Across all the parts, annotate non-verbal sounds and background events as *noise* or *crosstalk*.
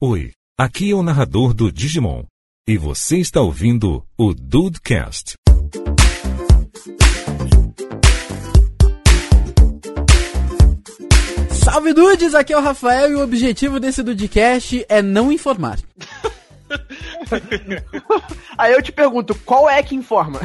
Oi, aqui é o narrador do Digimon. E você está ouvindo o Dudecast. Salve Dudes, aqui é o Rafael e o objetivo desse Dudecast é não informar. Aí eu te pergunto, qual é que informa?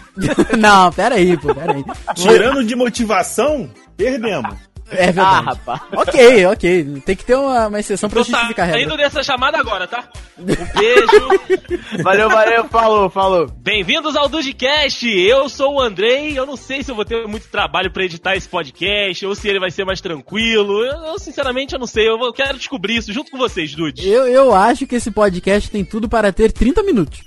Não, pera aí, pô, pera aí. Tirando de motivação, perdemos. É Ah, verdade. rapaz. ok, ok. Tem que ter uma, uma exceção pra Tu tá justificar a saindo regra. dessa chamada agora, tá? Um beijo. Valeu, valeu, falou, falou. Bem-vindos ao Dudcast. Eu sou o Andrei. Eu não sei se eu vou ter muito trabalho pra editar esse podcast ou se ele vai ser mais tranquilo. Eu, eu, sinceramente, eu não sei. Eu vou- quero descobrir isso junto com vocês, Dudes. Eu, eu acho que esse podcast tem tudo para ter 30 minutos.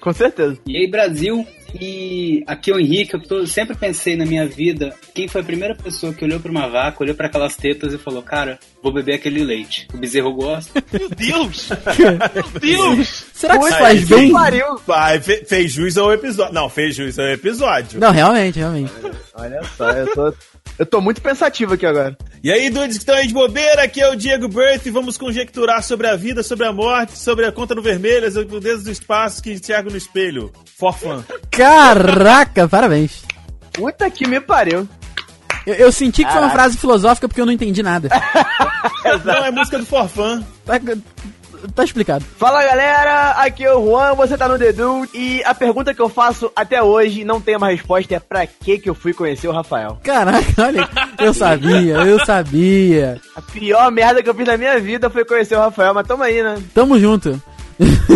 Com certeza. E aí, Brasil, e aqui é o Henrique, eu tô- sempre pensei na minha vida quem foi a primeira pessoa que olhou pra uma vaca, olhou pra aquelas tetas e falou, cara, vou beber aquele leite. O bezerro gosta. Meu Deus! Meu *laughs* Deus! Será Tá que isso Puta é, faz que bem? Pariu. Vai, fe- fez juiz ao episódio. Não, fez juiz ao episódio. Não, realmente, realmente. Olha só, eu tô, eu tô muito pensativo aqui agora. E aí, dudes que estão aí de bobeira, aqui é o Diego Berth e vamos conjecturar sobre a vida, sobre a morte, sobre a conta no vermelho, as profundezas do espaço que enxergo no espelho. For fun. Caraca, parabéns. Puta que me pariu. Eu, eu senti que foi uma frase filosófica porque eu não entendi nada. *laughs* Não, é música do For Fun. Tá, tá explicado. Fala galera, aqui é o Juan, você tá no Dedu e a pergunta que eu faço até hoje, não tem uma resposta, é pra que que eu fui conhecer o Rafael? Caraca, olha. Eu sabia, eu sabia. A pior merda que eu fiz na minha vida foi conhecer o Rafael, mas tamo aí, né? Tamo junto.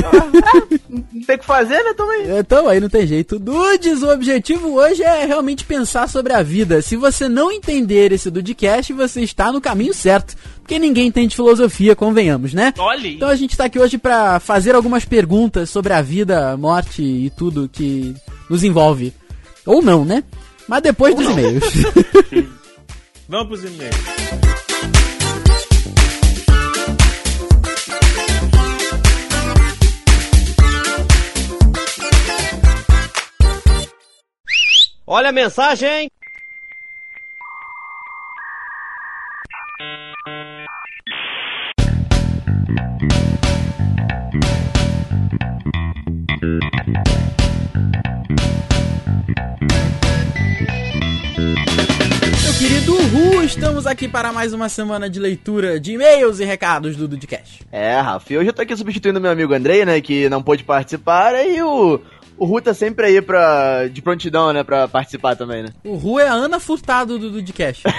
Não tem o que fazer, né? Tamo aí. Então aí não tem jeito. Dudes, o objetivo hoje é realmente pensar sobre a vida. Se você não entender esse Dudcast, você está no caminho certo. Porque ninguém entende filosofia, convenhamos, né? Olha aí. Então a gente tá aqui hoje pra fazer algumas perguntas sobre a vida, a morte e tudo que nos envolve. Ou não, né? Mas depois dos e-mails. Vamos pros e-mails. Olha a mensagem! Meu querido Ru, estamos aqui para mais uma semana de leitura de e-mails e recados do Dudcast. É, Rafa, e hoje eu tô aqui substituindo meu amigo Andrei, né, que não pôde participar, e o, o Ru tá sempre aí pra, de prontidão, né, pra participar também, né? O Ru é a Ana Furtado do *laughs* Dudcast. da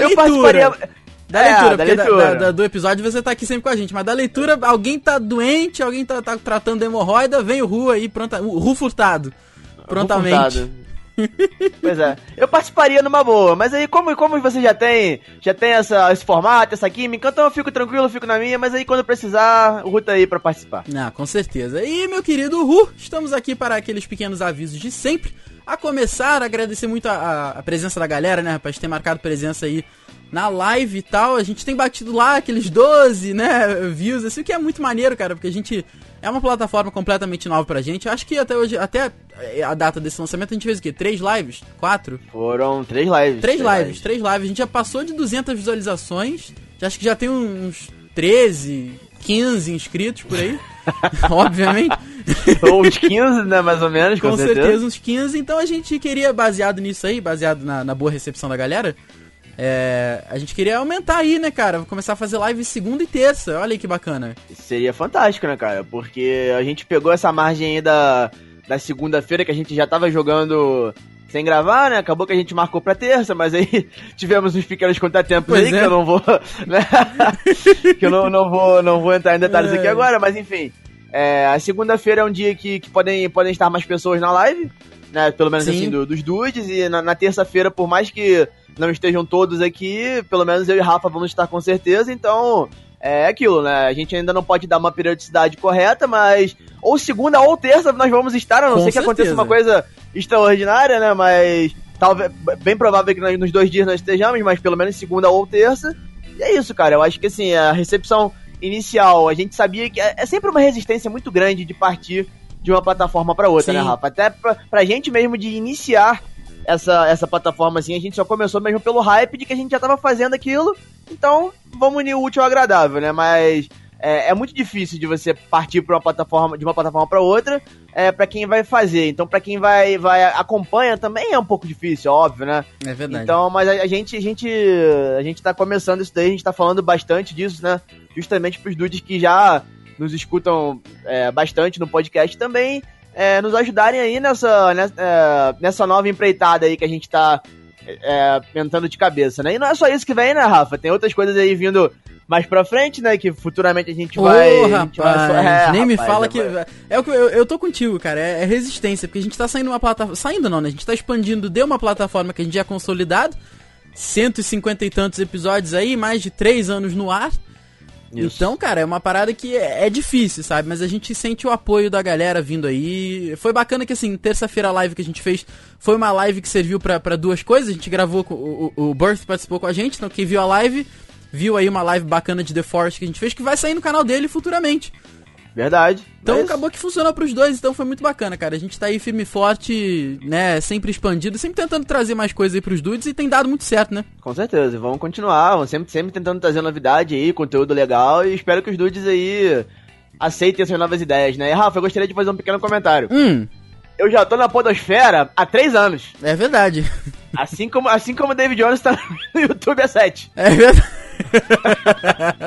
eu leitura. participaria... Da É, leitura, da porque da- leitura. da- da- do episódio você tá aqui sempre com a gente, mas da leitura, alguém tá doente, alguém tá, tá tratando hemorroida, vem o Ru aí, pronta, o Ru furtado. Prontamente. Computado. pois é, eu participaria numa boa, mas aí como, como você já tem, já tem essa, esse formato, essa química, então eu fico tranquilo, fico na minha, mas aí quando eu precisar, o Ru tá aí pra participar. Ah, com certeza. E, meu querido Ru, estamos aqui para aqueles pequenos avisos de sempre. A começar, agradecer muito a, a- a presença da galera, né, rapaz? Ter marcado presença aí na live e tal. A gente tem batido lá aqueles 12, né, views, assim, o que é muito maneiro, cara, porque a gente é uma plataforma completamente nova pra gente. Eu Acho que até hoje, até a data desse lançamento, a gente fez o quê? Três lives? Quatro? Foram três lives. Três lives, três lives. A gente já passou de 200 visualizações. Já acho que já tem uns 13, 15 inscritos por *laughs* aí. Obviamente. Ou uns 15, né, mais ou menos, *laughs* com, Com certeza. uns 15. Então a gente queria, baseado nisso aí, baseado na, na boa recepção da galera, é, a gente queria aumentar aí, né, cara? Vou começar a fazer live segunda e terça. Olha aí que bacana. Seria fantástico, né, cara? Porque a gente pegou essa margem aí da, da segunda-feira que a gente já tava jogando sem gravar, né? Acabou que a gente marcou pra terça, mas aí *laughs* tivemos uns pequenos contratempos Pois aí é. que eu não vou. *laughs* né? que eu não, não, vou, não vou entrar em detalhes É. aqui agora, mas enfim. É, a segunda-feira é um dia que, que podem, podem estar mais pessoas na live, né? Pelo menos Sim. assim, do- dos dudes. E na, na terça-feira, por mais que não estejam todos aqui, pelo menos eu e Rafa vamos estar com certeza, então. É aquilo, né? A gente ainda não pode dar uma periodicidade correta, mas ou segunda ou terça nós vamos estar, a não Com ser que aconteça certeza. uma coisa extraordinária, né? Mas talvez bem provável que nós, nos dois dias nós estejamos, mas pelo menos segunda ou terça. E é isso, cara. Eu acho que assim, a recepção inicial, a gente sabia que é é sempre uma resistência muito grande de partir de uma plataforma pra outra, Sim. né, Rafa? Até pra, pra gente mesmo de iniciar essa, essa plataforma assim, a gente só começou mesmo pelo hype de que a gente já tava fazendo aquilo. Então, vamos unir o útil ao agradável, né? Mas é, é muito difícil de você partir para uma plataforma de uma plataforma para outra, é para quem vai fazer. Então, para quem vai vai acompanha também é um pouco difícil, óbvio, né? É verdade. Então, mas a, a gente a gente a gente tá começando isso daí, a gente tá falando bastante disso, né? Justamente pros dudes que já nos escutam é, bastante no podcast também, é, nos ajudarem aí nessa, nessa, é, nessa nova empreitada aí que a gente tá é, entrando de cabeça, né? E não é só isso que vem, né, Rafa? Tem outras coisas aí vindo mais pra frente, né? Que futuramente a gente Ô, vai. a rapaz, gente vai- é, nem me rapaz, fala é, que. É o que eu, eu tô contigo, cara. É, é resistência, porque a gente tá saindo uma plataforma. Saindo não, né? A gente tá expandindo de uma plataforma que a gente já é consolidado. 150 e tantos episódios aí, mais de 3 anos no ar. Isso. Então, cara, é uma parada que é, é difícil, sabe? Mas a gente sente o apoio da galera vindo aí. Foi bacana que, assim, terça-feira a live que a gente fez foi uma live que serviu pra pra duas coisas. A gente gravou, com, o, o o Birth participou com a gente, então quem viu a live, viu aí uma live bacana de The Forest que a gente fez, que vai sair no canal dele futuramente. Verdade. Então É isso. acabou que funcionou pros dois, então foi muito bacana, cara. A gente tá aí firme e forte, né? Sempre expandido, sempre tentando trazer mais coisas aí pros dudes e tem dado muito certo, né? Com certeza, vamos continuar, vamos sempre, sempre tentando trazer novidade aí, conteúdo legal e espero que os dudes aí aceitem essas novas ideias, né? E Rafa, eu gostaria de fazer um pequeno comentário. Hum, Eu já tô na Podosfera há três anos, é verdade. assim como assim como o David Jones tá *laughs* no YouTube há sete. *laughs* É verdade.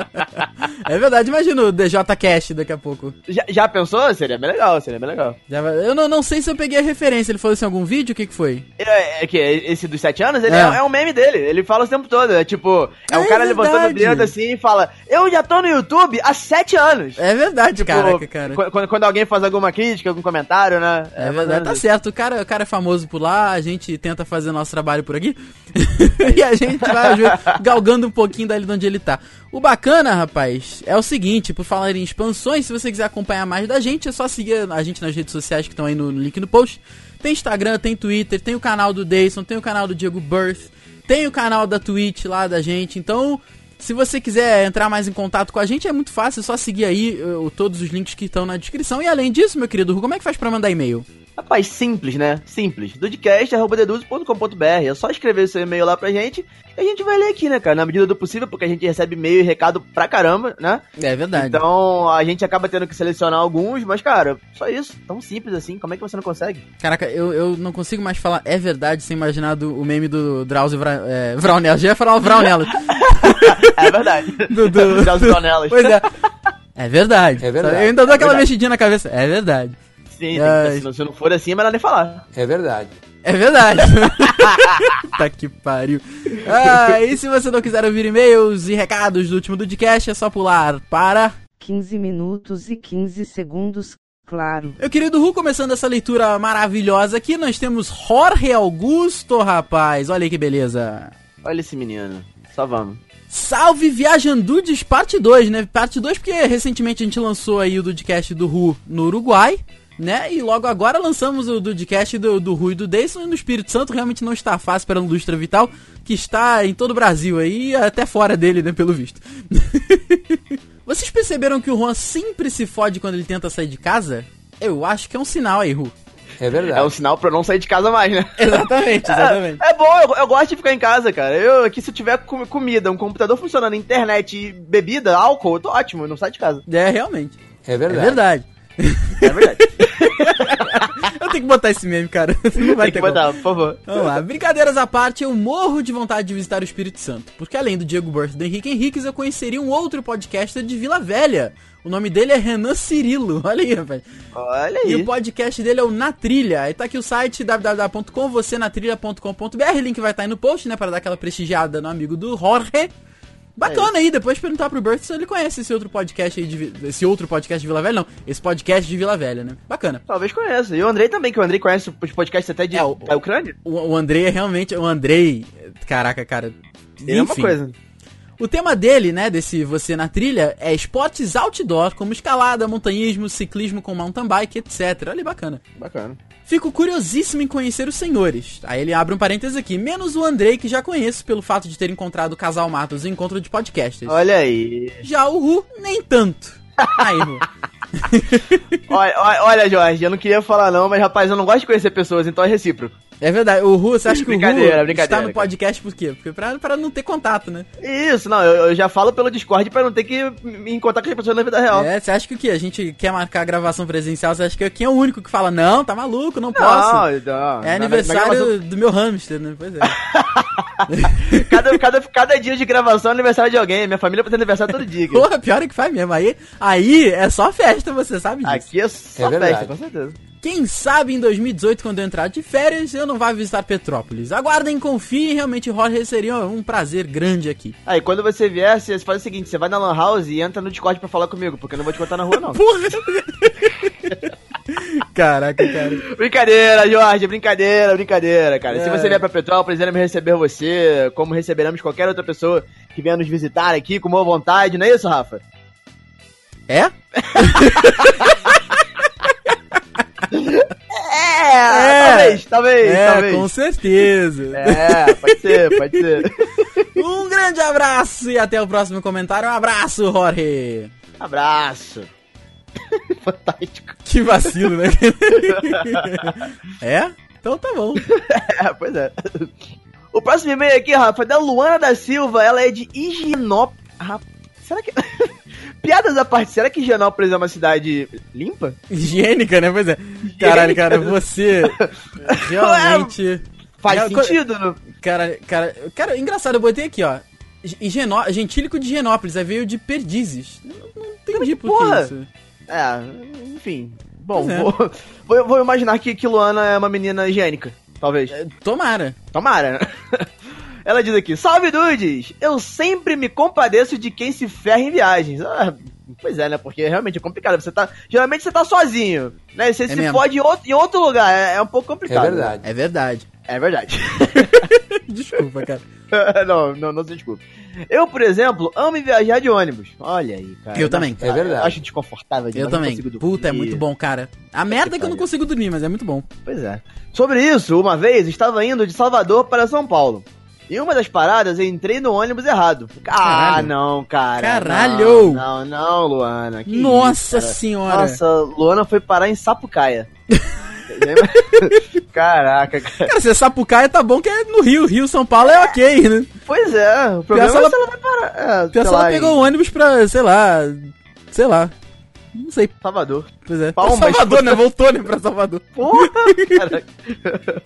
é verdade, imagina o DJ Cash daqui a pouco. Já, já pensou? Seria bem legal, seria bem legal. Já vai- Eu não, não sei se eu peguei a referência, ele falou isso em algum vídeo, o que que foi? É, é que esse dos sete anos, ele É. é. é um meme dele. Ele fala o tempo todo. É tipo, é um É cara levantando o verdade. dedo assim e fala: Eu já tô no YouTube há sete anos. É verdade, Tipo, caraca, cara. qu- Quando, quando alguém faz alguma crítica, algum comentário, né? É mais ou verdade, menos tá isso. certo. O cara, o cara é famoso por lá, a gente tenta fazer nosso trabalho por aqui. *laughs* e a gente vai ju- galgando um pouquinho dali de onde ele tá. O bacana, rapaz, é o seguinte: por falar em expansões, se você quiser acompanhar mais da gente, é só seguir a gente nas redes sociais que estão aí no, no link no post. Tem Instagram, tem Twitter, tem o canal do Dayson, tem o canal do Diego Birth, tem o canal da Twitch lá da gente. Então, se você quiser entrar mais em contato com a gente, é muito fácil, é só seguir aí eh, o- todos os links que estão na descrição. E além disso, meu querido Hugo, como é que faz pra mandar e-mail? Rapaz, simples, né? Simples. Dudcast.com.br. É só escrever seu e-mail lá pra gente e a gente vai ler aqui, né, cara? Na medida do possível, porque a gente recebe e-mail e recado pra caramba, né? É verdade. Então a gente acaba tendo que selecionar alguns, mas, cara, só isso. Tão simples assim. Como é que você não consegue? Caraca, eu, eu não consigo mais falar é verdade sem imaginar do- o meme do Drauzio Vra, é, Vraunel. Já ia falar o *laughs* Vraunel. *laughs* É verdade. *laughs* Dudu. Das donelas. pois é. É verdade. É verdade. Eu ainda dou aquela mexidinha na cabeça. É verdade. Sim, Ai. tem que- se, não, se não for assim, é melhor nem falar. É verdade. É *laughs* verdade. tá que pariu. Ah, e se você não quiser ouvir e-mails e recados do último Dudcast, é só pular para... 15 minutos e 15 segundos, claro. Meu querido Ru, começando essa leitura maravilhosa aqui, nós temos Jorge Augusto, rapaz. Olha aí que beleza. Olha esse menino. Só vamos. Salve Viajandudes parte 2, né? Parte 2 porque recentemente a gente lançou aí o Dudcast do Ru no Uruguai, né? E logo agora lançamos o Dudcast do, do Ru e do Deison e no Espírito Santo realmente não está fácil para a Ilustra Vital, que está em todo o Brasil aí, e até fora dele, né, pelo visto. *laughs* Vocês perceberam que o Juan sempre se fode quando ele tenta sair de casa? Eu acho que é um sinal aí, Ru. É É um verdade. sinal pra eu não sair de casa mais, né? Exatamente, exatamente. É bom, eu, eu gosto de ficar em casa, cara. Eu aqui, se eu tiver com- comida, um computador funcionando, internet, e bebida, álcool, eu tô ótimo, eu não saio de casa. É, realmente. É É verdade. verdade. É verdade. Eu tenho que botar esse meme, cara. *laughs* Não vai Tem que ter como. botar, por favor. Vamos lá, brincadeiras à parte, eu morro de vontade de visitar o Espírito Santo, porque além do Diego Birth e do Henrique Henriquez, eu conheceria um outro podcaster de Vila Velha. O nome dele é Renan Cirilo, *laughs* olha aí, rapaz. Olha E o aí. podcast dele é o Na Trilha. Aí tá aqui o site www.vocenatrilha.com.br, link vai estar aí no post, né, para dar aquela prestigiada no amigo do Jorge. Bacana É aí, depois perguntar pro Birth se ele conhece esse outro podcast aí de Vi- esse outro podcast de Vila Velha, não, esse podcast de Vila Velha, né? Bacana. Talvez conheça. E o Andrei também, que o Andrei conhece os podcasts até de É, o- da Ucrânia. O, o Andrei é realmente, o Andrei, caraca, cara. Ele é uma coisa. O tema dele, né, desse Você na Trilha, é esportes outdoor, como escalada, montanhismo, ciclismo com mountain bike, etc. Olha, bacana. Bacana. Fico curiosíssimo em conhecer os senhores. Aí ele abre um parênteses aqui, menos o Andrei, que já conheço pelo fato de ter encontrado o casal Matos em encontro de podcasters. Olha aí. Já o Ru, nem tanto. Aí, *laughs* Ru. olha, olha, olha, Jorge, eu não queria falar não, mas rapaz, eu não gosto de conhecer pessoas, então é recíproco. É verdade, o Ru, você acha que o Brincadeira, Ru está brincadeira, no podcast por quê? Porque pra, pra não ter contato, né? Isso, não, eu, eu já falo pelo Discord pra não ter que me encontrar com as pessoas na vida real. É, você acha que o quê? A gente quer marcar a gravação presencial, você acha que quem é o único que fala, não, tá maluco, não, posso. Não, então, É não, na- na aniversário gravação- do meu hamster, né? Pois é. cada, cada, cada dia de gravação é aniversário de alguém. Minha família tem aniversário todo dia. *laughs* cara. Porra, pior é que faz mesmo. Aí, aí é só festa, você sabe disso. Aqui é só É verdade. festa, com certeza. Quem sabe em 2018, quando eu entrar de férias, eu não vá visitar Petrópolis. Aguardem, confiem, realmente Roger seria um prazer grande aqui. Aí, quando você vier, você faz o seguinte: você vai na Lan House e entra no Discord pra falar comigo, porque eu não vou te contar na rua, não. Porra! *laughs* Caraca, cara. brincadeira, Jorge, brincadeira, brincadeira, cara. Se É. você vier pra Petrópolis, iremos receber você, como receberemos qualquer outra pessoa que venha nos visitar aqui com boa vontade, não é isso, Rafa? É? É, talvez, talvez, é, talvez. com certeza. É, pode ser, pode ser. Um grande abraço e até o próximo comentário. Um abraço, Jorge. Abraço. *laughs* Fantástico. Que vacilo, né? *laughs* é? Então tá bom. *laughs* É, pois é. O próximo e-mail aqui, Rafa, é da Luana da Silva. Ela é de Higienópolis. Rafa, será que. *laughs* Piadas à parte, será que Higienópolis é uma cidade limpa? Higiênica, né? Pois é. Caralho, cara, *laughs* você realmente. Faz É, co- sentido, não? Cara, cara, cara, engraçado, eu botei aqui, ó. Higienó... Gentílico de Higienópolis, aí veio de Perdizes. Eu Não, não entendi por que porra. isso. É, enfim. Bom, Pois é. vou, *laughs* vou, vou imaginar que, que Luana é uma menina higiênica, talvez. É, Tomara. Tomara, *laughs* né? Ela diz aqui, salve dudes! Eu sempre me compadeço de quem se ferra em viagens. Ah, pois é, né? Porque realmente é complicado. Você tá, geralmente você tá sozinho, né? Você se É mesmo. fode em outro, em outro lugar. É, é um pouco É complicado. verdade. É verdade. *laughs* É verdade. *laughs* Desculpa, cara. não, não, não se desculpe. Eu, por exemplo, amo viajar de ônibus. Olha aí, cara. Eu também. É verdade. Acho desconfortável demais. Eu não também. consigo dormir. Puta, é muito bom, cara. A merda é que eu não pariu. consigo dormir, mas é muito bom. Pois é. Sobre isso, uma vez estava indo de Salvador para São Paulo. E uma das paradas eu entrei no ônibus errado. Ah, Caralho. não, cara. Caralho! Não, não, não, Luana. que Nossa isso, cara. senhora! Nossa, Luana foi parar *laughs* em Sapucaia. Caraca, cara. Cara, se é Sapucaia tá bom que é no Rio. Rio, São Paulo é ok, né? Pois é, o Pior problema se é ela- se ela vai parar. É, sei Pior se lá, ela pegou um. o ônibus pra, sei lá. Sei lá. Não sei, em Salvador. pois é. Palmas. Pra Salvador, né? Voltou, né? Pra Salvador. Porra, cara. *laughs*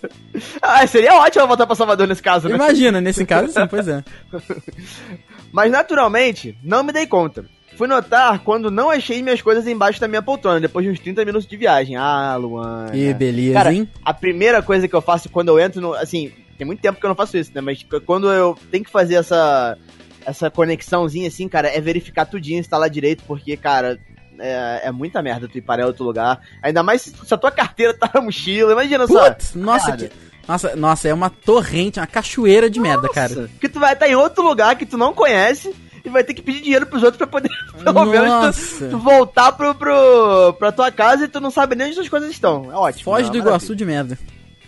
ah, seria ótimo ela voltar pra Salvador nesse caso, né? Imagina, nesse caso, sim, pois é. Mas naturalmente, não me dei conta. Fui notar quando não achei minhas coisas embaixo da minha poltrona, depois de uns 30 minutos de viagem. Ah, Luan. E beleza, Cara, hein? a primeira coisa que eu faço quando eu entro no. Assim, tem muito tempo que eu não faço isso, né? Mas c- quando eu tenho que fazer essa. Essa conexãozinha, assim, cara, é verificar tudinho, instalar direito, porque, cara. É, é muita merda tu ir parar em outro lugar. Ainda mais se, se a tua carteira tá na mochila. Imagina só. Putz, nossa, cara. que, nossa, nossa, é uma torrente, uma cachoeira de merda, cara. Que tu vai estar em outro lugar que tu não conhece e vai ter que pedir dinheiro pros outros pra poder, *laughs* pelo menos, tu- Nossa, tu voltar pro, pro, pra tua casa e tu não sabe nem onde as coisas estão. É ótimo. foge né? do Iguaçu de merda.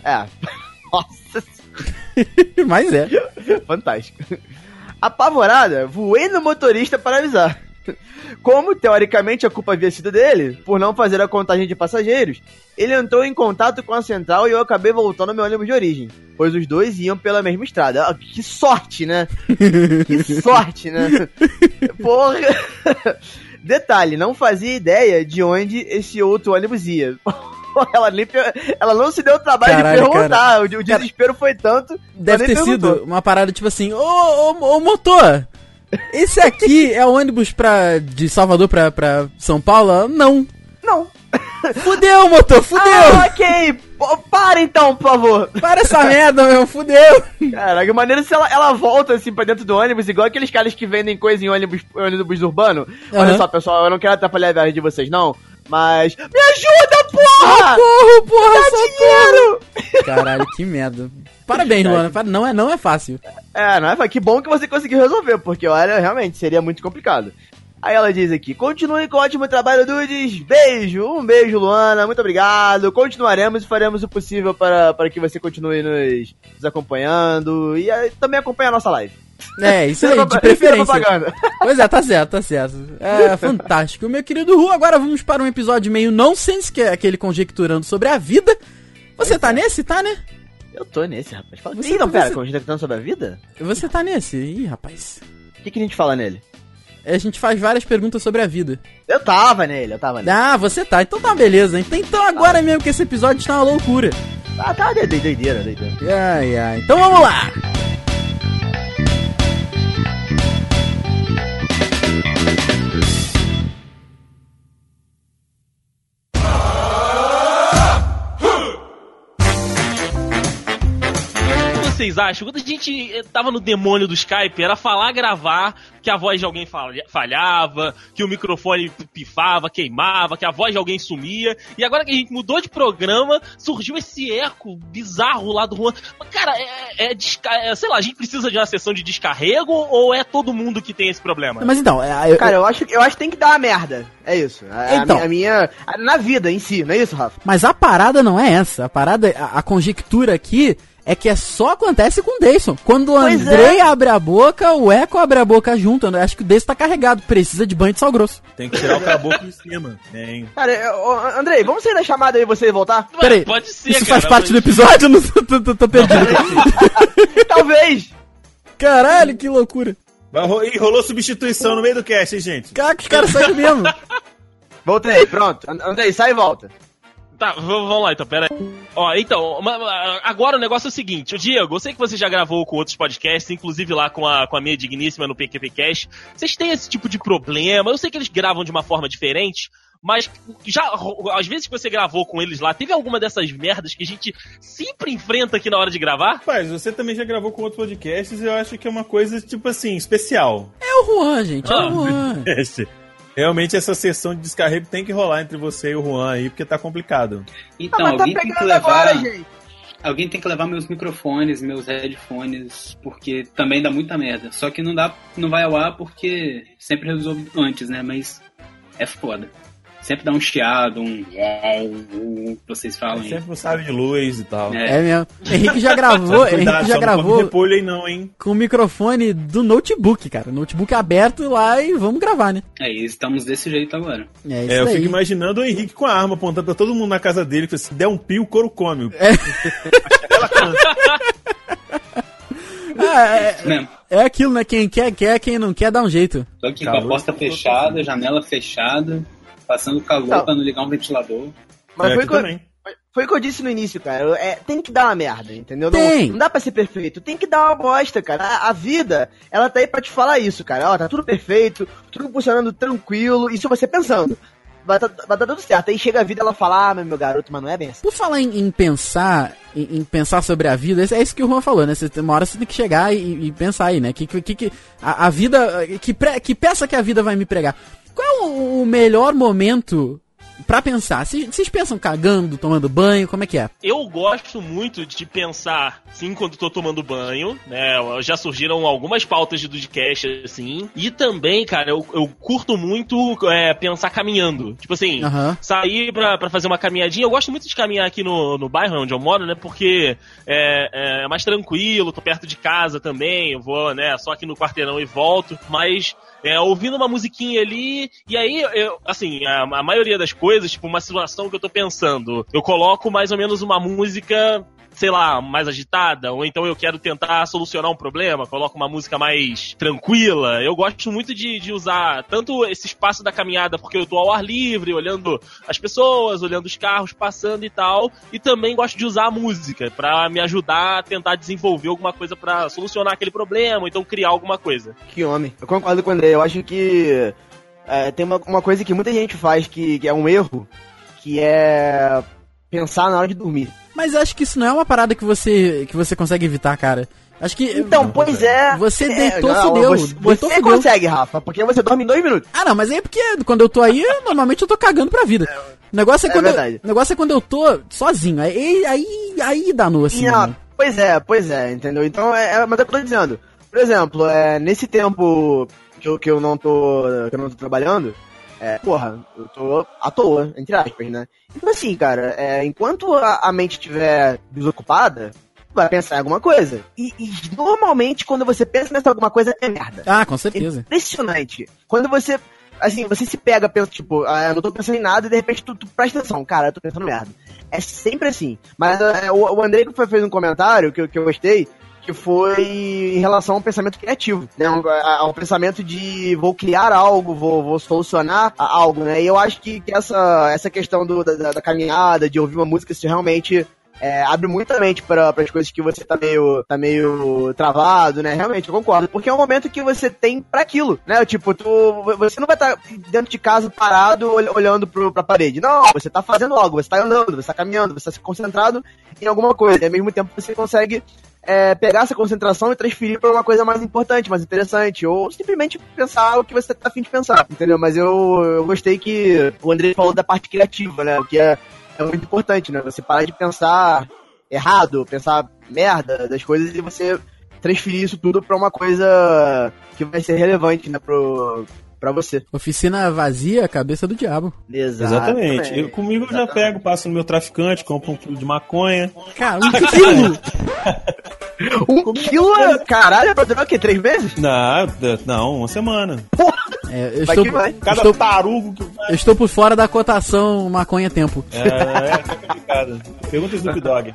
Maravilha. É. *laughs* Nossa, *laughs* Mas é. fantástico. *laughs* Apavorada, voei no motorista para avisar. *laughs* Como, teoricamente, a culpa havia sido dele, por não fazer a contagem de passageiros, ele entrou em contato com a central e eu acabei voltando ao meu ônibus de origem, pois os dois iam pela mesma estrada. Ah, que *laughs* sorte, né? Que sorte, né? Porra! *laughs* Detalhe, não fazia ideia de onde esse outro ônibus ia. *laughs* Ela, nem, per- ela não se deu o trabalho Caralho, de cara. perguntar. O, o desespero foi tanto. Deve ela nem ter perguntou. sido uma parada tipo assim, ô, ô, ô motor, esse aqui é ônibus pra, de Salvador pra, pra São Paulo? Não. Não. Fudeu, motor, fudeu. Ah, ok. Pô, para então, por favor. Para essa merda, meu, fudeu. Caraca, maneiro se ela, ela volta assim pra dentro do ônibus, igual aqueles caras que vendem coisa em ônibus, ônibus urbano. Olha Aham. só, pessoal, eu não quero atrapalhar a viagem de vocês, não. Mas. Me ajuda, Ah! Ah, porra! Socorro, porra, socorro. Dinheiro! Caralho, que merda. Parabéns, Luana. para- Não é, não é fácil. É, não é? Que bom que você conseguiu resolver, porque olha, realmente seria muito complicado. Aí ela diz aqui: continue com o ótimo trabalho, Dudes. Beijo, um beijo, Luana. Muito obrigado. Continuaremos e faremos o possível para, para que você continue nos, nos acompanhando e eh, também acompanhe a nossa live. É, isso aí, Tira de propa- preferência. tira propaganda. Pois é, tá certo, tá certo. *laughs* É fantástico. Meu querido Ru, agora vamos para um episódio meio nonsense, que é aquele conjecturando sobre a vida. Você tá nesse? Tá, né? Eu tô nesse, rapaz. Fala... Você- Ih, não, pera, você- como a gente tá tentando sobre a vida? Você tá nesse? Ih, rapaz. É, O que, que a gente fala nele? A gente faz várias perguntas sobre a vida. Eu tava nele, eu tava nele. Ah, você tá. Então tá uma beleza. Então, então agora mesmo que esse episódio está uma loucura. Ah, tava de- de- doideira, doideira. Ai, ai. Então vamos lá. O que vocês acham? Quando a gente eh, tava no demônio do Skype, era falar, gravar, que a voz de alguém falha- falhava, que o microfone p- pifava, queimava, que a voz de alguém sumia. E agora que a gente mudou de programa, surgiu esse eco bizarro lá do Juan. Mas, cara, é, é desca- é, sei lá, a gente precisa de uma sessão de descarrego ou é todo mundo que tem esse problema? Mas então, é, eu- Cara, eu acho, eu acho que tem que dar uma merda. É isso. A, a Então. mi- a minha. a- na vida em si, não é isso, Rafa? Mas a parada não é essa. A parada, a, a conjectura aqui é que é só acontece com o Dayson. Quando o Pois Andrei abre a boca, o Eco abre a boca junto. Eu acho que o Dayson tá carregado, precisa de banho de sal grosso. Tem que tirar o caboclo de cima. Hein? Cara, eu- ô, Andrei, vamos sair da chamada aí e você voltar? *laughs* Ué, peraí, pode ser, é, Isso cara, faz parte do mas- episódio? *laughs* Não tô, tô- tô- tô *laughs* perdido. Talvez! Caralho, que loucura. Vai ro- Ih, rolou substituição no meio do cast, hein, gente? Caraca, os caras saíram *laughs* mesmo. Voltei, pronto. And- Andrei, sai e volta. Tá, v- vamos lá então, pera aí. Ó, então, ma- ma- agora o negócio é o seguinte, o Diego, eu sei que você já gravou com outros podcasts, inclusive lá com a, com a minha digníssima no PQPcast. Vocês têm esse tipo de problema? Eu sei que eles gravam de uma forma diferente, mas já ro- às vezes que você gravou com eles lá, teve alguma dessas merdas que a gente sempre enfrenta aqui na hora de gravar? Rapaz, você também já gravou com outros podcasts e eu acho que é uma coisa, tipo assim, especial. É o Juan, gente. É Ah. o Juan. Realmente essa sessão de descarrego tem que rolar entre você e o Juan aí, porque tá complicado. Então, ah, mas tá alguém tem que pegando levar. agora, gente. Alguém tem que levar meus microfones, meus headphones, porque também dá muita merda. Só que não dá, não vai ao ar porque sempre resolve antes, né? Mas é foda. Sempre dá um chiado, um que vocês falam. aí. Sempre não sabe de luz e tal. Tá É. É mesmo. Henrique já gravou, Henrique já só não come gravou repolho aí não, hein? com o microfone do notebook, cara. Notebook aberto lá e vamos gravar, né? É, e estamos desse jeito agora. É isso É, eu daí. fico imaginando o Henrique com a arma apontando pra todo mundo na casa dele, que se der um pio, o couro come. É, Ah, é, Né? É aquilo, né? Quem quer, quer, quem não quer, dá um jeito. Tô aqui com Calor, tá assim. a porta fechada, janela fechada, passando calor Não. pra não ligar um ventilador. Mas é, foi, aqui o que eu- também. foi o que eu disse no início, cara. Eu- é, tem que dar uma merda, entendeu? Não- Tem. Não, dá pra ser perfeito. Tem que dar uma bosta, cara. A, a vida, ela tá aí pra te falar isso, cara. Ó, tá tudo perfeito, tudo funcionando tranquilo. Isso você pensando. Vai tá, vai tá tudo certo. Aí chega a vida ela fala, ah, mas meu garoto, mas não é bem assim. Por falar em, em pensar, em, em pensar sobre a vida, é isso que o Juan falou, né? Você, tem- uma hora você tem que chegar e, e pensar aí, né? Que, que, que- que- a, a vida. eh, Que, pre- que peça que a vida vai me pregar? Qual é o, o melhor momento pra pensar? Vocês vocês pensam cagando, tomando banho? Como é que é? Eu gosto muito de pensar, sim, quando tô tomando banho, né? Já surgiram algumas pautas de Dudcast, assim. E também, cara, eu, eu curto muito é, pensar caminhando. Tipo assim, Aham. sair pra, pra fazer uma caminhadinha. Eu gosto muito de caminhar aqui no, no bairro onde eu moro, né? Porque é, é mais tranquilo, tô perto de casa também. Eu vou, né? Só aqui no quarteirão e volto. Mas é, ouvindo uma musiquinha ali. E aí, eu, assim, a, a maioria das coisas, tipo, uma situação que eu tô pensando, eu coloco mais ou menos uma música. Sei lá, mais agitada, ou então eu quero tentar solucionar um problema, coloco uma música mais tranquila. Eu gosto muito de, de usar tanto esse espaço da caminhada, porque eu tô ao ar livre, olhando as pessoas, olhando os carros passando e tal. E também gosto de usar a música pra me ajudar a tentar desenvolver alguma coisa pra solucionar aquele problema, ou então criar alguma coisa. Que homem. Eu concordo com o André. Eu acho que é, tem uma, uma coisa que muita gente faz que, que é um erro, que é pensar na hora de dormir. Mas eu acho que isso não é uma parada que você, que você consegue evitar, cara. Acho que. Então, pois é. Você É, deitou, não, fudeu. Você, Deitou, você fudeu. consegue, Rafa, porque você dorme em dois minutos. Ah, não, mas aí é porque quando eu tô aí, eu- normalmente eu tô cagando pra vida. O negócio é É quando, eu, verdade. o negócio é quando eu tô sozinho. Aí, aí, aí dá no, assim. Não, né? pois é, pois é, entendeu? Então, é, é, mas é o que eu tô dizendo. Por exemplo, é, nesse tempo que eu, que eu não tô. que eu não tô trabalhando, é, porra, eu tô à toa, entre aspas, né? Então assim, cara, é, enquanto a, a mente estiver desocupada, vai pensar em alguma coisa. E, e normalmente quando você pensa nessa alguma coisa é merda. Ah, com É certeza. impressionante. Quando você. assim, você se pega, pensa, tipo, ah, eu não tô pensando em nada e de repente tu, tu presta atenção, cara, eu tô pensando merda. É sempre assim. Mas ah, o, o Andrei que foi- fez um comentário que, eu- que eu gostei, que foi em relação ao pensamento criativo, né? Um, a- ao pensamento de vou criar algo, vou, vou solucionar a- algo, né? E eu acho que, que essa, essa questão do- da, da- da caminhada, de ouvir uma música, isso realmente é, abre muita mente para as coisas que você tá meio, tá meio travado, né? Realmente, eu concordo. Porque é um momento que você tem pra aquilo, né? Tipo, tu, você não vai estar dentro de casa parado ol- olhando pro, pra parede. Não, você tá fazendo algo, você tá andando, você tá caminhando, você tá se concentrado em alguma coisa. E ao mesmo tempo você consegue é, pegar essa concentração e transferir pra uma coisa mais importante, mais interessante, ou simplesmente pensar o que você tá afim de pensar, entendeu? Mas eu, eu gostei que o André falou da parte criativa, né? O que é, é muito importante, né? Você parar de pensar errado, pensar merda das coisas e você transferir isso tudo pra uma coisa que vai ser relevante, né? Pro, pra você. Oficina vazia, cabeça do diabo. Exatamente. Eu, comigo eu já Exatamente. pego, passo no meu traficante, compro um quilo de maconha. Cara, um *laughs* quilo! Um quilo, é- caralho, é pra durar o quê? Três meses? Não, d- não, uma semana. É, eu, Vai estou, que vai. Cada estou, tarugo que vai. eu estou por fora da cotação maconha tempo. É, é complicado. Pergunta Snoop Dogg.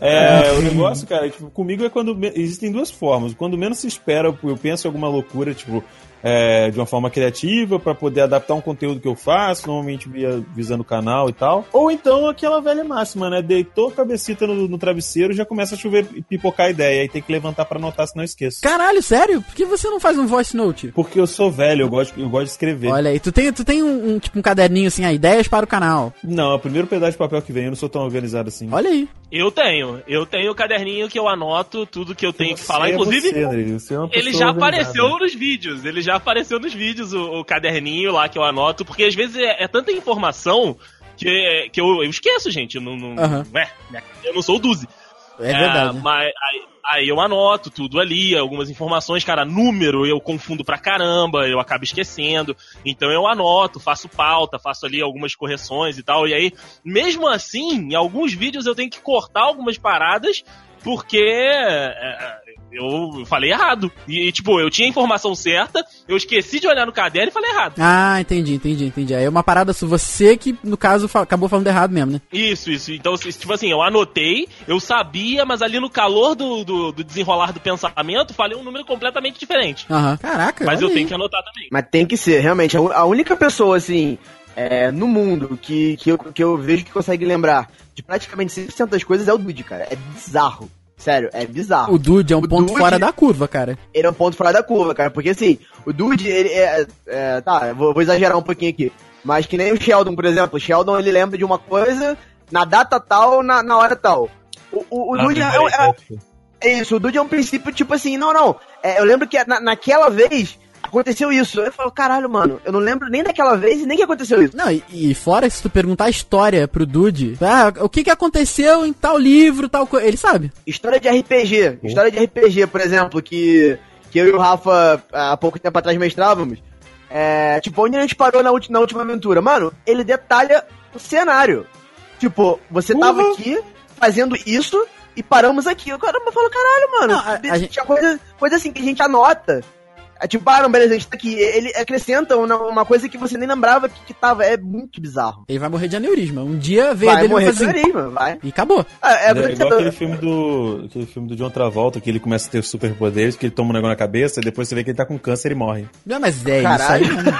É, o negócio, cara, tipo, comigo é quando. me- Existem duas formas. Quando menos se espera, eu penso em alguma loucura, tipo, é, de uma forma criativa, pra poder adaptar um conteúdo que eu faço, normalmente via, visando o canal e tal. Ou então aquela velha máxima, né? Deitou a cabecita no, no travesseiro já começa a chover e pipocar a ideia. Aí tem que levantar pra anotar, senão eu esqueço. Caralho, sério? Por que você não faz um voice note? Porque eu sou velho, eu gosto, eu gosto de escrever. Olha aí, tu tem, tu tem um, um, tipo, um caderninho assim, ah, ideias para o canal. Não, é o primeiro pedaço de papel que vem, eu não sou tão organizado assim. Olha aí. Eu tenho. Eu tenho o caderninho que eu anoto tudo que eu tenho que falar. Você é Inclusive, você, Andrei, você é uma Ele pessoa já organizada. apareceu nos vídeos, ele já apareceu nos vídeos, o, o caderninho lá que eu anoto, porque às vezes é, é tanta informação que, que eu, eu esqueço, gente. Eu não, não- Aham. é, né, eu não sou o Duzi. É verdade. mas aí, aí eu anoto tudo ali, algumas informações, cara, número eu confundo pra caramba, eu acabo esquecendo. Então eu anoto, faço pauta, faço ali algumas correções e tal. E aí, mesmo assim, em alguns vídeos eu tenho que cortar algumas paradas porque é, eu falei errado. E, tipo, eu tinha a informação certa, eu esqueci de olhar no caderno e falei errado. Ah, entendi, entendi, entendi. Aí é uma parada sua. Você que, no caso, fa- acabou falando errado mesmo, né? Isso, isso. Então, se- tipo assim, eu anotei, eu sabia, mas ali no calor do, do, do desenrolar do pensamento, falei um número completamente diferente. Aham. Caraca, Mas olha eu aí. tenho que anotar também. Mas tem que ser, realmente. A u- A única pessoa, assim, é, no mundo que, que, eu, que eu vejo que consegue lembrar de praticamente 100% das coisas é o Dude, cara. É bizarro. Sério, é bizarro. O Dude é um O ponto Dude- fora da curva, cara. Ele é um ponto fora da curva, cara. Porque, assim, o Dude, ele é... é, tá, eu vou, vou exagerar um pouquinho aqui. Mas que nem o Sheldon, por exemplo. O Sheldon, ele lembra de uma coisa na data tal, na, na hora tal. O, o, o Ah, Dude é, lembrei, é, é isso, o Dude é um princípio tipo assim, não, não. é, eu lembro que na- naquela vez aconteceu isso. Eu falo, caralho, mano, eu não lembro nem daquela vez e nem que aconteceu isso. Não, e, e fora se tu perguntar a história pro Dude, ah, o que que aconteceu em tal livro, tal coisa, ele sabe. História de Uhum. RPG. História de RPG, por exemplo, que, que eu e o Rafa há pouco tempo atrás mestrávamos. É, tipo, onde a gente parou na, ulti- na última aventura? Mano, ele detalha o cenário. Tipo, você tava Uhum. aqui fazendo isso e paramos aqui. O cara fala, caralho, mano, Não, a- a tinha gente- coisa, coisa assim que a gente anota. É, tipo, ah, não, beleza, a gente tá aqui. Ele acrescenta uma, uma coisa que você nem lembrava que, que tava. É muito bizarro. Ele vai morrer de aneurisma. Um dia veio Vai dele morrer de fazer assim, aneurisma, vai. e acabou. É, é, É, igual acontecedor. aquele filme do. Aquele filme do John Travolta, que ele começa a ter superpoderes, que ele toma um negócio na cabeça, e depois você vê que ele tá com câncer e morre. Não, mas é Caralho. isso aí. Mano.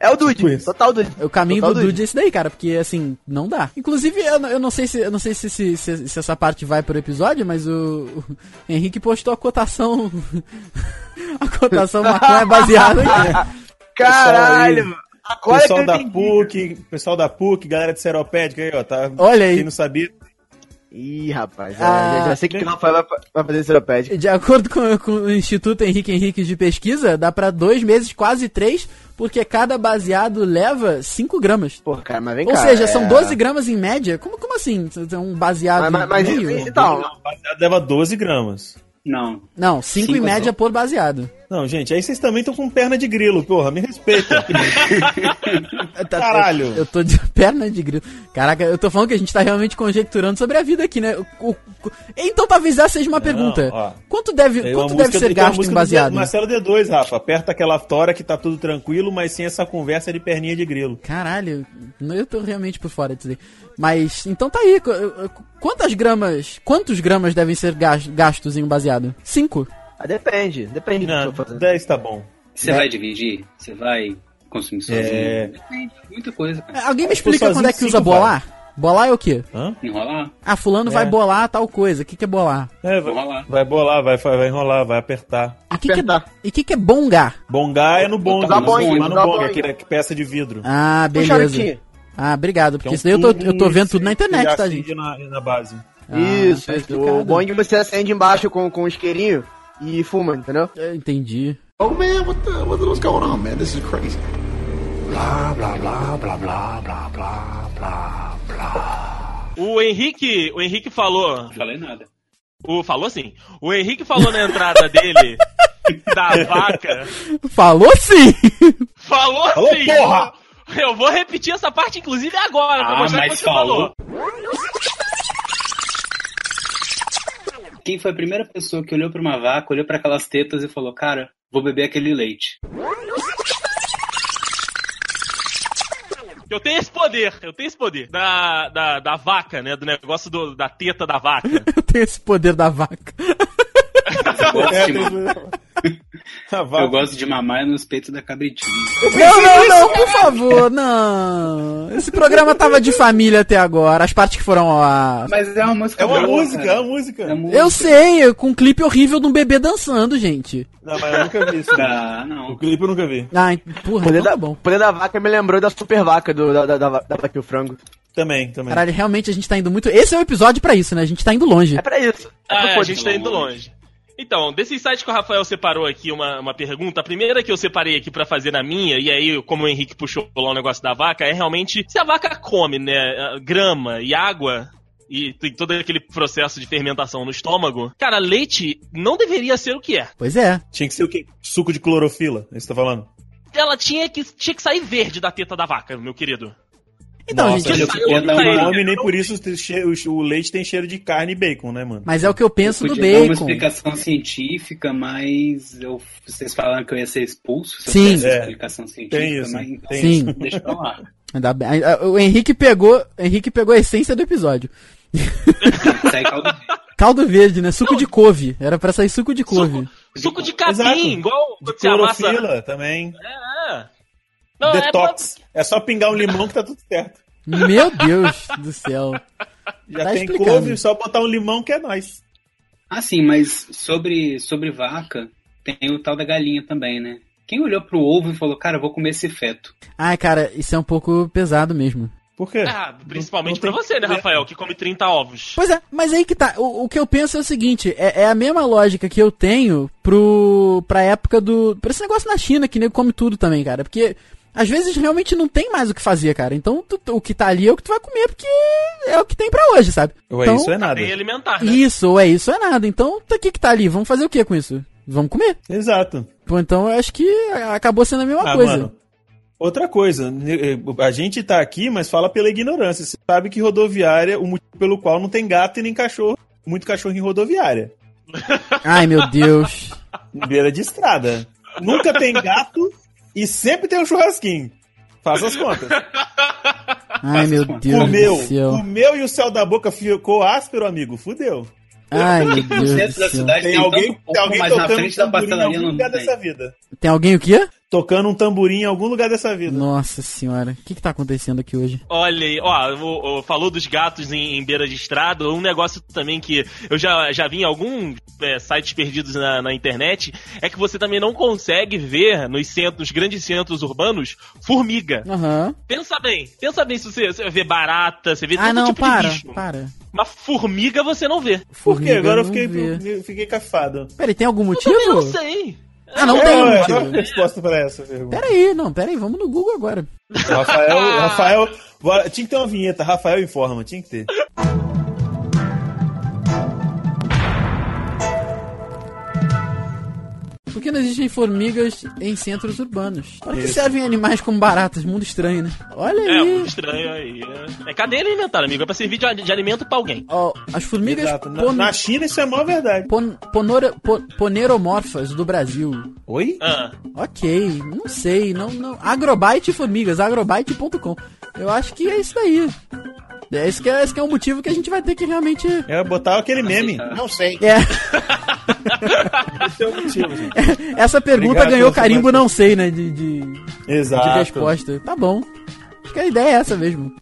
é o Dude, Tipo isso. total Dude. O caminho Total do doido. Dude é esse daí, cara, porque assim, não dá. Inclusive, eu, n- eu não sei se eu não sei se, se, se- se essa parte vai pro episódio, mas o, o Henrique postou a cotação. *laughs* a *laughs* cotação maconha baseada aqui. Caralho, mano. é agora que pessoal eu da entendi. PUC, pessoal da PUC, galera de Seropédica aí, ó. Tá, Olha aí. Quem não sabia. Ih, rapaz, Ah, é, já, já sei que o Rafael vai, vai fazer seropédica. De acordo com, com o Instituto Henrique Henrique de Pesquisa, dá pra dois meses, quase três, porque cada baseado leva 5 gramas. Porra, cara, mas vem Ou cá. seja, é- são 12 gramas em média? Como, como assim? Um baseado Mas, mas, mas meio? então, Rapaziada, leva 12 gramas. Não. Não, 5 em Cinco, média por baseado. Não, gente, aí vocês também estão com perna de grilo, porra, me *laughs* respeita. tá, Caralho. Eu tô de *laughs* perna de grilo. Caraca, eu tô falando que a gente tá realmente conjecturando sobre a vida aqui, né? O- o- então talvez essa seja uma pergunta. ó. quanto deve, Tem uma quanto deve música- ser tem uma gasto em música do baseado? Marcelo D2, Rafa. Aperta aquela tora que tá tudo tranquilo, mas sem essa conversa de perninha de grilo. Caralho, não- eu tô realmente por fora disso aí. Mas, então tá aí. qu- eu- eu- Quantas gramas, quantos gramas devem ser gas- gastos em um baseado? Cinco? Ah, depende, depende do que Não, eu for fazer. 10 tá bom. Você vai dividir? Você vai consumir sozinho? É. Depende, Muita coisa, É, cara. Alguém me Acho que eu explica sozinho quando é que cinco usa bolar? Bolar é o quê? Hã? Enrolar? Ah, fulano vai É. bolar tal coisa. O que, que é bolar? É, vai, Enrolar. vai bolar, vai, vai enrolar, vai apertar. E o que, que, é, Apertar. e que, que é bongar? Bongar é no bonde. Dá mas boing, não dá no bonde, boing. aquele que peça de vidro. Ah, Puxar beleza. aqui. Ah, obrigado, porque Que é um isso daí eu tô, tubo eu tô vendo tudo na que internet, tá, acende gente? Na, na base. Ah, isso, tá isso. explicado. O bom é que você acende embaixo com, com um isqueirinho e fuma, entendeu? Eu entendi. Oh man, what the what, what's going on, man? This is crazy. Blah blah blah blah blah blah blah blah blah. O Henrique, o Henrique falou. Não falei nada. O, falou sim. O Henrique falou na entrada *laughs* dele da vaca. Falou sim! *laughs* Falou, Falou, sim! porra! Eu vou repetir essa parte, inclusive, agora, pra Ah, mostrar que mas você falou. falou. Quem foi a primeira pessoa que olhou pra uma vaca, olhou pra aquelas tetas e falou, cara, vou beber aquele leite? Eu tenho esse poder, eu tenho esse poder. Da, da, da vaca, né? Do negócio do, da teta da vaca. Eu tenho esse poder da vaca. *laughs* Eu É, gosto de, A eu vaca. gosto de mamar nos peitos da cabritinha. Não, não, não, por favor, não. Esse programa tava de família até agora, as partes que foram ó. Mas é uma música É uma boa, música, cara. é uma música. É música. Eu sei, com um clipe horrível de um bebê dançando, gente. Não, mas eu nunca vi isso. né? Ah, não. O clipe eu nunca vi. Ah, porra, Poder então da, tá bom. poder da vaca me lembrou da super vaca do, da, da, da, da vaca e o frango. Também, também. Caralho, realmente a gente tá indo muito. Esse é o episódio pra isso, né? A gente tá indo longe. É pra isso. É pra Ah, é, a poder. gente tá indo longe. Então, desses sites que o Rafael separou aqui uma, uma pergunta, a primeira que eu separei aqui pra fazer na minha, e aí como o Henrique puxou lá o negócio da vaca, é realmente se a vaca come, né, ah, grama e água e tem todo aquele processo de fermentação no estômago, cara, leite não deveria ser o que é. Pois é. Tinha que ser o quê? Suco de clorofila, é isso que você tá falando? Ela tinha que, tinha que sair verde da teta da vaca, meu querido. Então, Nossa, gente, olha, eu- isso- eu podia dar Não uma, é come nem por isso o che- o, che- o leite tem cheiro de carne e bacon, né, mano? mas é o que eu penso do podia dar uma bacon. explicação científica, mas eu, vocês falaram que eu ia ser expulso se Sim. eu tivesse É. explicação científica, Tem isso, mas então, tem Sim. deixa pra lá. Ainda bem. Ah, O Henrique pegou, Henrique pegou a essência do episódio. Sai é caldo *laughs* verde. Caldo verde, né? Suco de couve. Era pra sair suco de couve. Suco de capim, Exato. igual De quando você amassa. clorofila também. É. Não, é Detox. É, só pingar um limão que tá tudo certo. Meu Deus do céu. Já Tá tem explicando. couve, só botar um limão que é nóis. Ah, sim, mas sobre, sobre vaca, tem o tal da galinha também, né? Quem olhou pro ovo e falou, cara, eu vou comer esse feto? Ai, cara, isso é um pouco pesado mesmo. Por quê? Ah, principalmente Não- não pra tem você, né, que- Rafael, que come 30 ovos. Pois é, mas aí que tá. O, o que eu penso é o seguinte: é, é a mesma lógica que eu tenho pro, pra época do. pra esse negócio na China, que nego come tudo também, cara. Porque às vezes realmente não tem mais o que fazer, cara. Então tu- tu- o que tá ali é o que tu vai comer, porque é o que tem pra hoje, sabe? Ué, então, isso é nada. Tem alimentar, né? Isso, ou é isso, ou é nada. Então tá aqui que tá ali. Vamos fazer o que com isso? Vamos comer. Exato. Pô, então eu acho que acabou sendo a mesma Ah, coisa. mano. Outra coisa, né, eh, a gente tá aqui, mas fala pela ignorância. Você sabe que rodoviária, o motivo pelo qual não tem gato e nem cachorro, muito cachorro em rodoviária. Ai, meu Deus. Em Beira de estrada. Nunca tem gato e sempre tem um churrasquinho. Faça as contas. Ai, meu Deus Comeu, do céu. comeu e o céu da boca ficou áspero, amigo. Fudeu. Ai, meu No Deus centro do da céu. cidade Tem tem, alguém, tanto tem ovo, alguém mas na tocando um frente da tamborim em pastelaria algum não lugar tem. dessa vida. Tem alguém o quê? Tocando um tamborim em algum lugar dessa vida. Nossa senhora, o que, que tá acontecendo aqui hoje? Olha aí, ó, o- o- falou dos gatos em, em beira de estrada, um negócio também que eu já, já vi em alguns é, sites perdidos na, na internet, é que você também não consegue ver nos centros, nos grandes centros urbanos, formiga. Aham. Pensa bem, pensa bem se você, você vê barata, você vê Ah, todo não, tipo para, de bicho. para. Mas formiga você não vê. Por quê? Formiga, Agora eu não fiquei, vê. eu fiquei cafado. Peraí, tem algum Eu também não motivo? sei. Ah, não É, tem ué, um qual é a motivo. resposta pra essa *laughs* pergunta? Peraí, não, peraí, vamos no Google agora. Rafael, Rafael, bora- tinha que ter uma vinheta, Rafael informa, tinha que ter. Porque não existem formigas em centros urbanos. Para que servem animais como baratas? Mundo estranho, né? Olha É, aí. muito estranho aí. é. É cadeia alimentar, amigo. É pra servir de, de alimento pra alguém. Ó, as formigas Exato. Na, pon- na China isso é a maior verdade. pon- ponora- po- poneromorfas do Brasil. Oi? Ah, Ok, não sei. Não, não. Agrobite formigas, agrobite.com. Eu acho que é isso daí. É isso que é, esse que é um motivo que a gente vai ter que realmente. Era botar aquele *laughs* meme. Não sei. É, Esse é o motivo, gente. essa pergunta Obrigado ganhou pela sua carimbo, participação. não sei, né? De, de, de *laughs* Exato. resposta. Tá bom. Acho que a ideia é essa mesmo.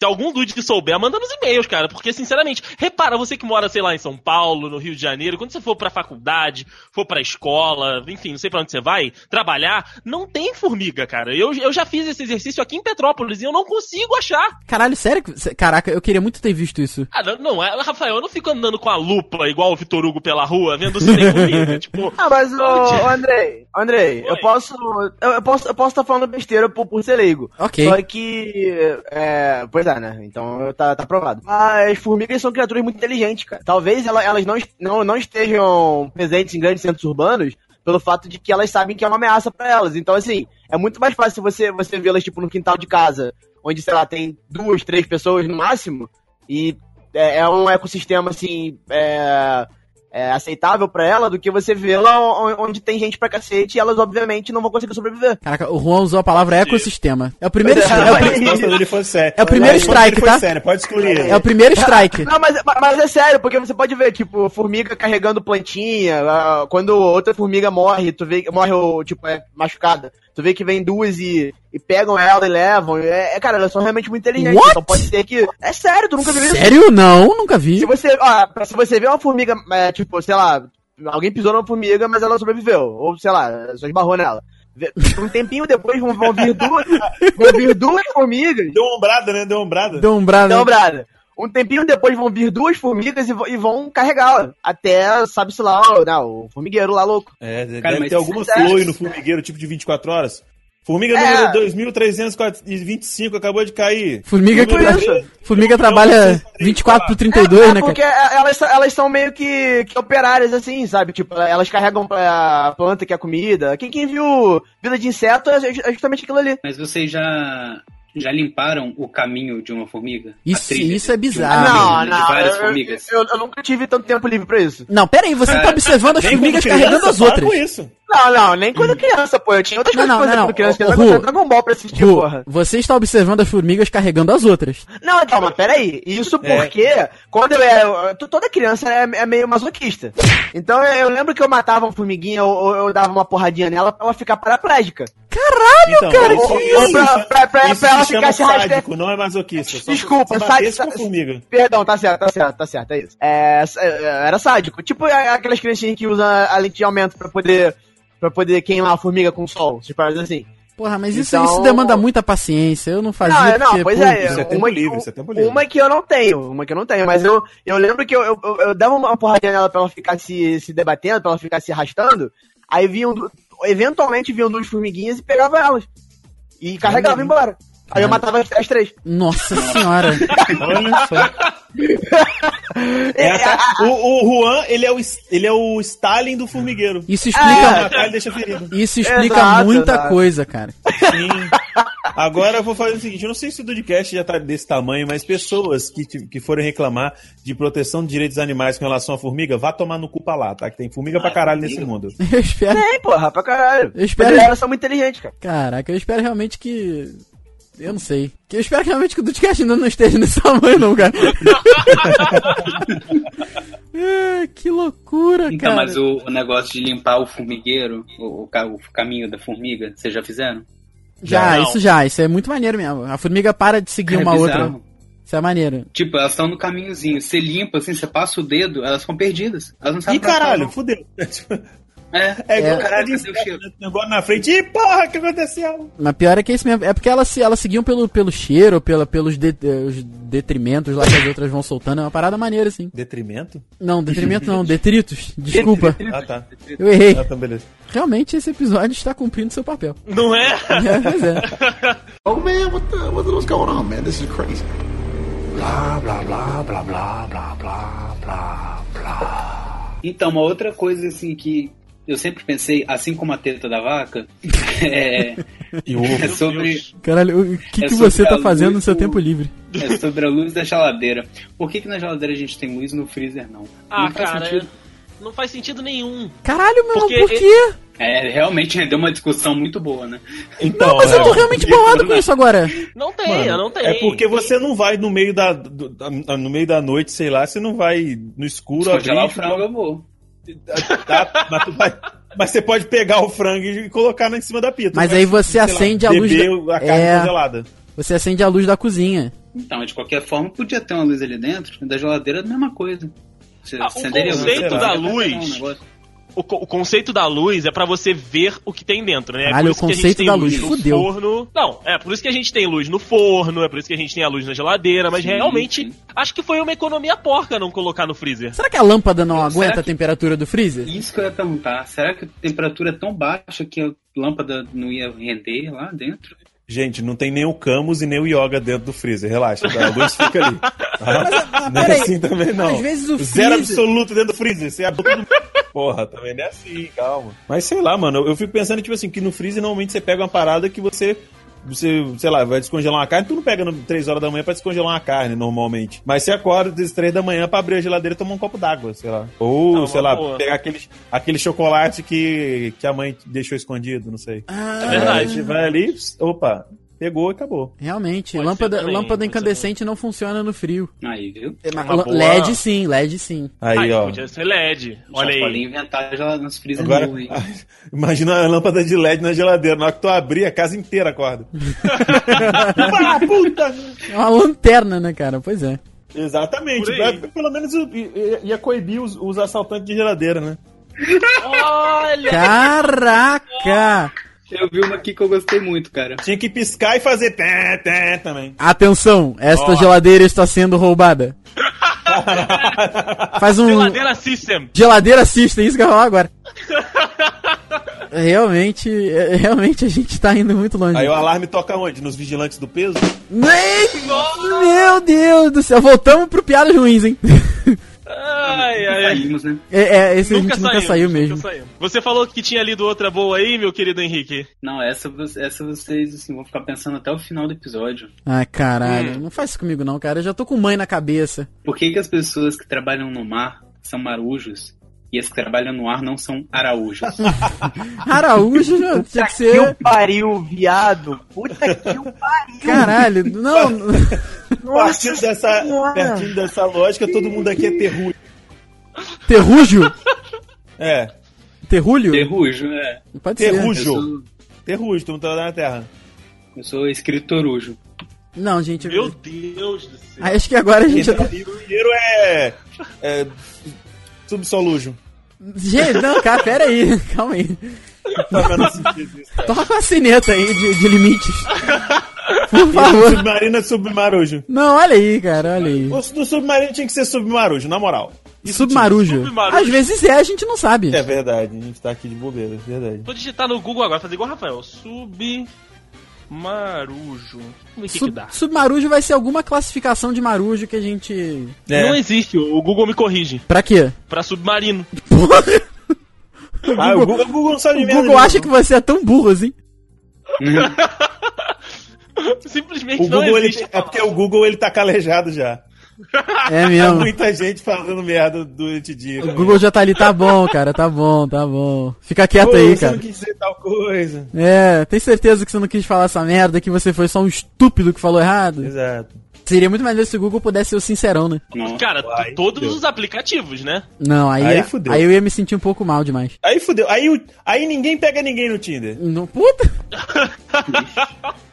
Se algum dude que souber, manda nos e-mails, cara. Porque, sinceramente, repara, você que mora, sei lá, em São Paulo, no Rio de Janeiro, quando você for pra faculdade, for pra escola, enfim, não sei pra onde você vai, trabalhar, não tem formiga, cara. Eu, eu já fiz esse exercício aqui em Petrópolis e eu não consigo achar. Caralho, sério? que você- Caraca, eu queria muito ter visto isso. Ah, não, não, é- Rafael, eu não fico andando com a lupa igual o Vitor Hugo pela rua, vendo se tem formiga. tipo, Ah, mas o, Onde? *laughs* Andrei, Andrei, Oi. eu posso, eu, eu posso, eu posso estar falando besteira por, por ser leigo. Ok. Só que, é, pois é, né? Então eu- tá, tá provado. Mas formigas são criaturas muito inteligentes, cara. Talvez ela- elas não, es- não, não estejam presentes em grandes centros urbanos pelo fato de que elas sabem que é uma ameaça pra elas. Então assim, é muito mais fácil você você vê-las tipo no quintal de casa, onde sei lá tem duas, três pessoas no máximo e é, é um ecossistema assim, é, é, aceitável pra ela do que você vê-la on- onde tem gente pra cacete e elas, obviamente, não vão conseguir sobreviver. Caraca, o Juan usou a palavra ecossistema. É o primeiro, Pois é, é o pri- mas- Nossa, ele foi sério. É o primeiro Ele foi- strike, ele foi tá? sério, pode excluir ele. é o primeiro *laughs* strike. Não, mas, mas é sério, porque você pode ver, tipo, formiga carregando plantinha, ah, quando outra formiga morre, tu vê que morre, ou, tipo, é machucada, tu vê que vem duas e, e pegam ela e levam. É, é, cara, elas são realmente muito inteligentes. What? Então pode ser que. É sério, tu nunca viu isso? Sério? Não, nunca Se vi. você, ó, pra- se você vê uma formiga, é, tipo, sei lá, alguém pisou numa formiga, mas ela sobreviveu. Ou, sei lá, só esbarrou nela. Vê- Um tempinho depois vão, vão vir duas. vão vir duas formigas. Deu ombrada, né? Deu ombrada. Deu um brado. Então, brother, um tempinho depois vão vir duas formigas e, vão- e vão carregá-la. Até, sabe-se lá, o, né, o formigueiro lá louco. É, deve Cara, mas- ter alguma flor no formigueiro, tipo de 24 horas. É. Formiga número 2325 acabou de cair. Formiga que Por tra- isso. Formiga trabalha 24 por 32, Ah, é, né, porque cara? elas, são- elas são meio que, que operárias, assim, sabe? Tipo, elas carregam a planta que é a comida. Quem, quem viu Vida de Inseto é ju- é justamente aquilo ali. Mas vocês já, já limparam o caminho de uma formiga? A Isso- trilha isso é de um bizarro. caminho não, de não. várias eu, formigas. eu- eu nunca tive tanto tempo livre pra isso. Não, pera aí, você tá Cara, observando as É. Nem formigas como criança, carregando as para outras. com isso. Não, não, nem quando criança, pô. Eu tinha outras Hum. Não, não, coisas pra fazer não, quando criança. não. Eu Ô, tava Ru. Dragon Ball pra assistir, Ru, porra. você está observando as formigas carregando as outras. Não, então, mas peraí. Isso porque quando eu era. to- Toda criança é, é meio masoquista. Então eu, eu lembro que eu matava uma formiguinha ou, ou eu dava uma porradinha nela pra ela ficar paraplégica. Caralho, Então, cara, isso- que isso- isso? Pra- pra- pra- isso pra ela se chama ficar se rasgando. sádico, não é masoquista. Só Desculpa, se sádico. é batesse com a formiga. Perdão, tá certo, tá certo, tá certo, é isso. É, s- é, era sádico. Tipo a- aquelas criancinhas que usam a lente de aumento pra poder. Pra poder queimar a formiga com o sol, tipo assim. Porra, mas isso, Então- isso demanda muita paciência. Eu não fazia tipo não, porque, pois pô, é, Isso é tempo uma- livre, isso é tempo livre. Uma que eu não tenho, uma que eu não tenho, mas eu, eu lembro que eu, eu, eu- eu dava uma porradinha nela pra ela ficar se, se debatendo, pra ela ficar se arrastando, aí vinham, du- eventualmente vinham duas formiguinhas e pegava elas. E carregava embora. Aí eu matava as, as três. Nossa senhora. Olha só. É, tá- o, o Juan, ele é o, es- ele é o Stalin do formigueiro. Isso Ele explica, Matar ele deixa ferido. isso explica É. Exato, muita exato. coisa, cara. *laughs* Sim. Agora eu vou fazer o seguinte: eu não sei se o Dudcast já tá desse tamanho, mas pessoas que, te- que forem reclamar de proteção de direitos animais com relação à formiga, vá tomar no cu pra lá, tá? Que tem formiga pra caralho nesse mundo. Eu espero. Tem, porra, pra caralho. Eu espero- Mas elas são muito inteligentes, cara. Caraca, eu espero realmente que. Eu não sei. Que Eu espero que realmente que o Dudcast ainda não esteja nesse tamanho, não, cara. *laughs* É, que loucura, Então, cara. mas o, o negócio de limpar o formigueiro, o, o ca- o caminho da formiga, vocês já fizeram? Já, Não. isso já, isso é muito maneiro mesmo. A formiga para de seguir Cara, é uma bizarro. outra. Isso é maneiro. Tipo, elas estão no caminhozinho. Você limpa, assim, você passa o dedo, elas ficam perdidas. Elas não sabem Ih, pra onde caralho, elas fudeu. *laughs* vão. É, né? É igual É. caralho Cadê o cheiro? inseto, negócio na frente. Ih, porra, o que aconteceu? Mas pior é que é isso mesmo. É porque elas, se- elas seguiam pelo, pelo cheiro, ou pela, pelos de- eh, os detrimentos lá que as outras vão soltando. É uma parada maneira, assim. Detrimento? Não, detrimento não, detritos. Desculpa, *laughs* Ah, tá. eu errei. Ah, tá, beleza. Realmente esse episódio está cumprindo seu papel. Não é? É, pois é. Uh, Oh man, what the, what, what's going on, man? This is crazy. Blah, blah, blah, blah, blah, blah, blah, blah, blah. Então, uma outra coisa assim que eu sempre pensei, assim como a teta da vaca, *laughs* é, E o ovo. é sobre. Caralho, o que, É que sobre você tá a fazendo no luz seu do- tempo livre? É sobre a luz da geladeira. Por que, que na geladeira a gente tem luz e no freezer não? Ah, não faz cara, é, sentido. não faz sentido nenhum. Caralho, meu, Porque por quê? É, realmente *laughs* deu uma discussão muito boa, né? Então, Mas eu tô é, realmente bolado com isso agora. Não tem, mano, não tem. É porque você não vai no meio da, do- da- no meio da noite, sei lá, você não vai no escuro Descongelar o abrir, frango, eu vou. tá? mas, tu vai- mas você pode pegar o frango e colocar em cima da pita. Mas Vai, aí você sei lá, acende a luz beber da- a carne É. congelada. Você acende a luz da cozinha. Então, de qualquer forma, podia ter uma luz ali dentro. Da geladeira é a mesma coisa. Você Ah, o acenderia a luz, conceito sei lá, da vai pegar luz- um negócio. O, co- o conceito da luz é pra você ver o que tem dentro, né? É Caralho, por isso o que a gente conceito tem da luz, no fudeu. forno. Não, é por isso que a gente tem luz no forno, é por isso que a gente tem a luz na geladeira, mas Sim, realmente sim. acho que foi uma economia porca não colocar no freezer. Será que a lâmpada não Será aguenta a que- temperatura do freezer? Isso que eu ia perguntar. Será que a temperatura é tão baixa que a lâmpada não ia render lá dentro? Gente, não tem nem o camus e nem o yoga dentro do freezer, relaxa, tá? a luz fica ali. ah, não é peraí. assim também não. Às vezes o freezer... Zero absoluto dentro do *laughs* freezer. Você abre tudo. Porra, também não é assim, calma. Mas sei lá, mano, eu fico pensando, tipo assim, que no freezer normalmente você pega uma parada que você. Você, sei lá, vai descongelar uma carne. Tu não pega no- três horas da manhã pra descongelar uma carne, normalmente. Mas você acorda às três da manhã pra abrir a geladeira e tomar um copo d'água, sei lá. Ou, Ah, sei uma lá, boa. pegar aquele, aquele chocolate que, que a mãe deixou escondido, não sei. Ah, É verdade. Aí você vai ali, pss, opa, pegou e acabou. Realmente, Pode ser lâmpada, também, lâmpada pode ser incandescente não funciona no frio. Aí, viu? É, mas uma lã- boa- LED sim, LED sim. Aí, Ah, ó. Podia ser LED. Já Olha podem aí. inventar já nos freezer Agora, *laughs* novo, hein? imagina a lâmpada de LED na geladeira. Na hora que tu abrir, a casa inteira *laughs* acorda. Ah, puta! É uma lanterna, né, cara? Pois é. Exatamente. Por aí. Pelo menos o- i- i- ia coibir os, os assaltantes de geladeira, né? Olha! Caraca! Eu vi uma aqui que eu gostei muito, cara. Tinha que piscar e fazer té, té também. Atenção, esta geladeira está sendo *laughs* roubada. Faz um Geladeira System. geladeira assista, isso que eu ia falar agora. realmente, é- realmente a gente tá indo muito longe. Aí o alarme toca onde? Nos vigilantes do peso? Nem- Meu Deus do céu, voltamos pro piadas ruins, hein? Ai, ai, ai. Saímos, né? É, é, esse a Nunca gente nunca saímos, saiu nunca mesmo. saímos. Você falou que tinha lido outra boa aí, meu querido Henrique. Não, essa, vo- essa vocês assim, vão ficar pensando até o final do episódio. Ai, caralho, Hum. não faz isso comigo não, cara. Eu já tô com mãe na cabeça. Por que, que as pessoas que trabalham no mar são marujos e as que trabalham no ar não são *laughs* araújos? Araújo já tinha que Que ser. o pariu, viado. Puta que o pariu. Caralho, não. Nossa partindo, dessa, Senhora. partindo dessa lógica, todo mundo aqui é terrulho. Terrúgio? É, Terrúlio? Terrujo, é. Pode ser. Eu terrujo. sou, Terrujo, todo mundo tá na terra. eu sou escritorujo. Não, gente. eu- Meu Deus do céu. Acho que agora a gente. já tá- Terrujeiro é. é *laughs* subsolujo. Gente, não, cara, pera aí. *laughs* Calma aí. Tá vendo sentido isso, cara? Toca uma sineta aí de, de limites. Por favor. Submarino é submarujo. Não, olha aí, cara, olha aí. O do submarino tinha que ser submarujo, na moral. Submarujo. Submarujo. Às vezes é, a gente não sabe. É verdade, a gente tá aqui de bobeira, é verdade. Vou digitar no Google agora, fazer igual o Rafael. Submarujo. Vamos ver o que, que Sub- dá. submarujo vai ser alguma classificação de marujo que a gente. É. Não existe, o Google me corrige. Pra quê? Pra submarino. *laughs* Ah, o Google, o Google não sabe O merda Google nenhuma. acha que você é tão burro assim. Simplesmente o não Google ele, existe. é porque o Google ele tá calejado já. É Tá mesmo. muita gente falando merda durante o dia. O Google já tá ali, tá bom, cara, tá bom, tá bom. Fica quieto Pô, aí, você não cara. quis dizer tal coisa. É, tem certeza que você não quis falar essa merda, que você foi só um estúpido que falou errado? Exato. Seria muito maneiro se o Google pudesse ser o sincerão, né? Não. Cara, Uai, todos Deus. os aplicativos, né? Não, aí, Aí aí, fudeu. eu ia me sentir um pouco mal demais. Aí fudeu. Aí, o- aí ninguém pega ninguém no Tinder. Não, puta!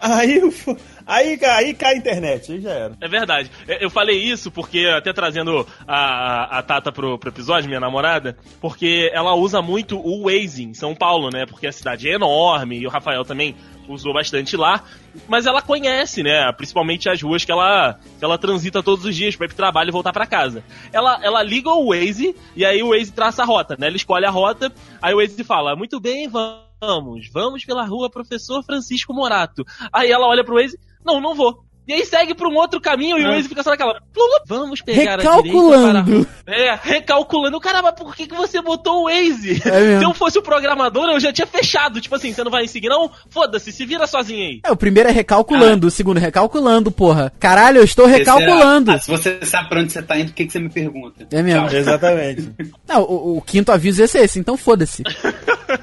Aí, o fu- aí, ca- aí cai a internet. Aí já era. É verdade. É, Eu falei isso porque, até trazendo a, a- a Tata pro, pro episódio, minha namorada, porque ela usa muito o Waze em São Paulo, né? Porque a cidade é enorme e o Rafael também usou bastante lá. Mas ela conhece, né? Principalmente as ruas que ela, que ela transita todos os dias pra ir pro trabalho e voltar pra casa. Ela, ela liga o Waze e aí o Waze traça a rota, né? Ela escolhe a rota, aí o Waze fala: Muito bem, vamos, vamos pela rua Professor Francisco Morato. Aí ela olha pro Waze: Não, não vou. E aí segue pra um outro caminho e o Waze fica só naquela. Vamos pegar a direita Recalculando. para... É, recalculando. Caramba, por que, que você botou o Waze? *laughs* É mesmo. Se eu fosse o programador, eu já tinha fechado. Tipo assim, você não vai me seguir, não? Foda-se, se vira sozinho aí. É, o primeiro é recalculando, o segundo é recalculando, porra. Caralho, eu estou é recalculando. Ah, se você sabe pra onde você tá indo, por que, que você me pergunta? É mesmo. Tchau. Exatamente. Não, o, o quinto aviso ia ser esse, então *laughs* foda-se.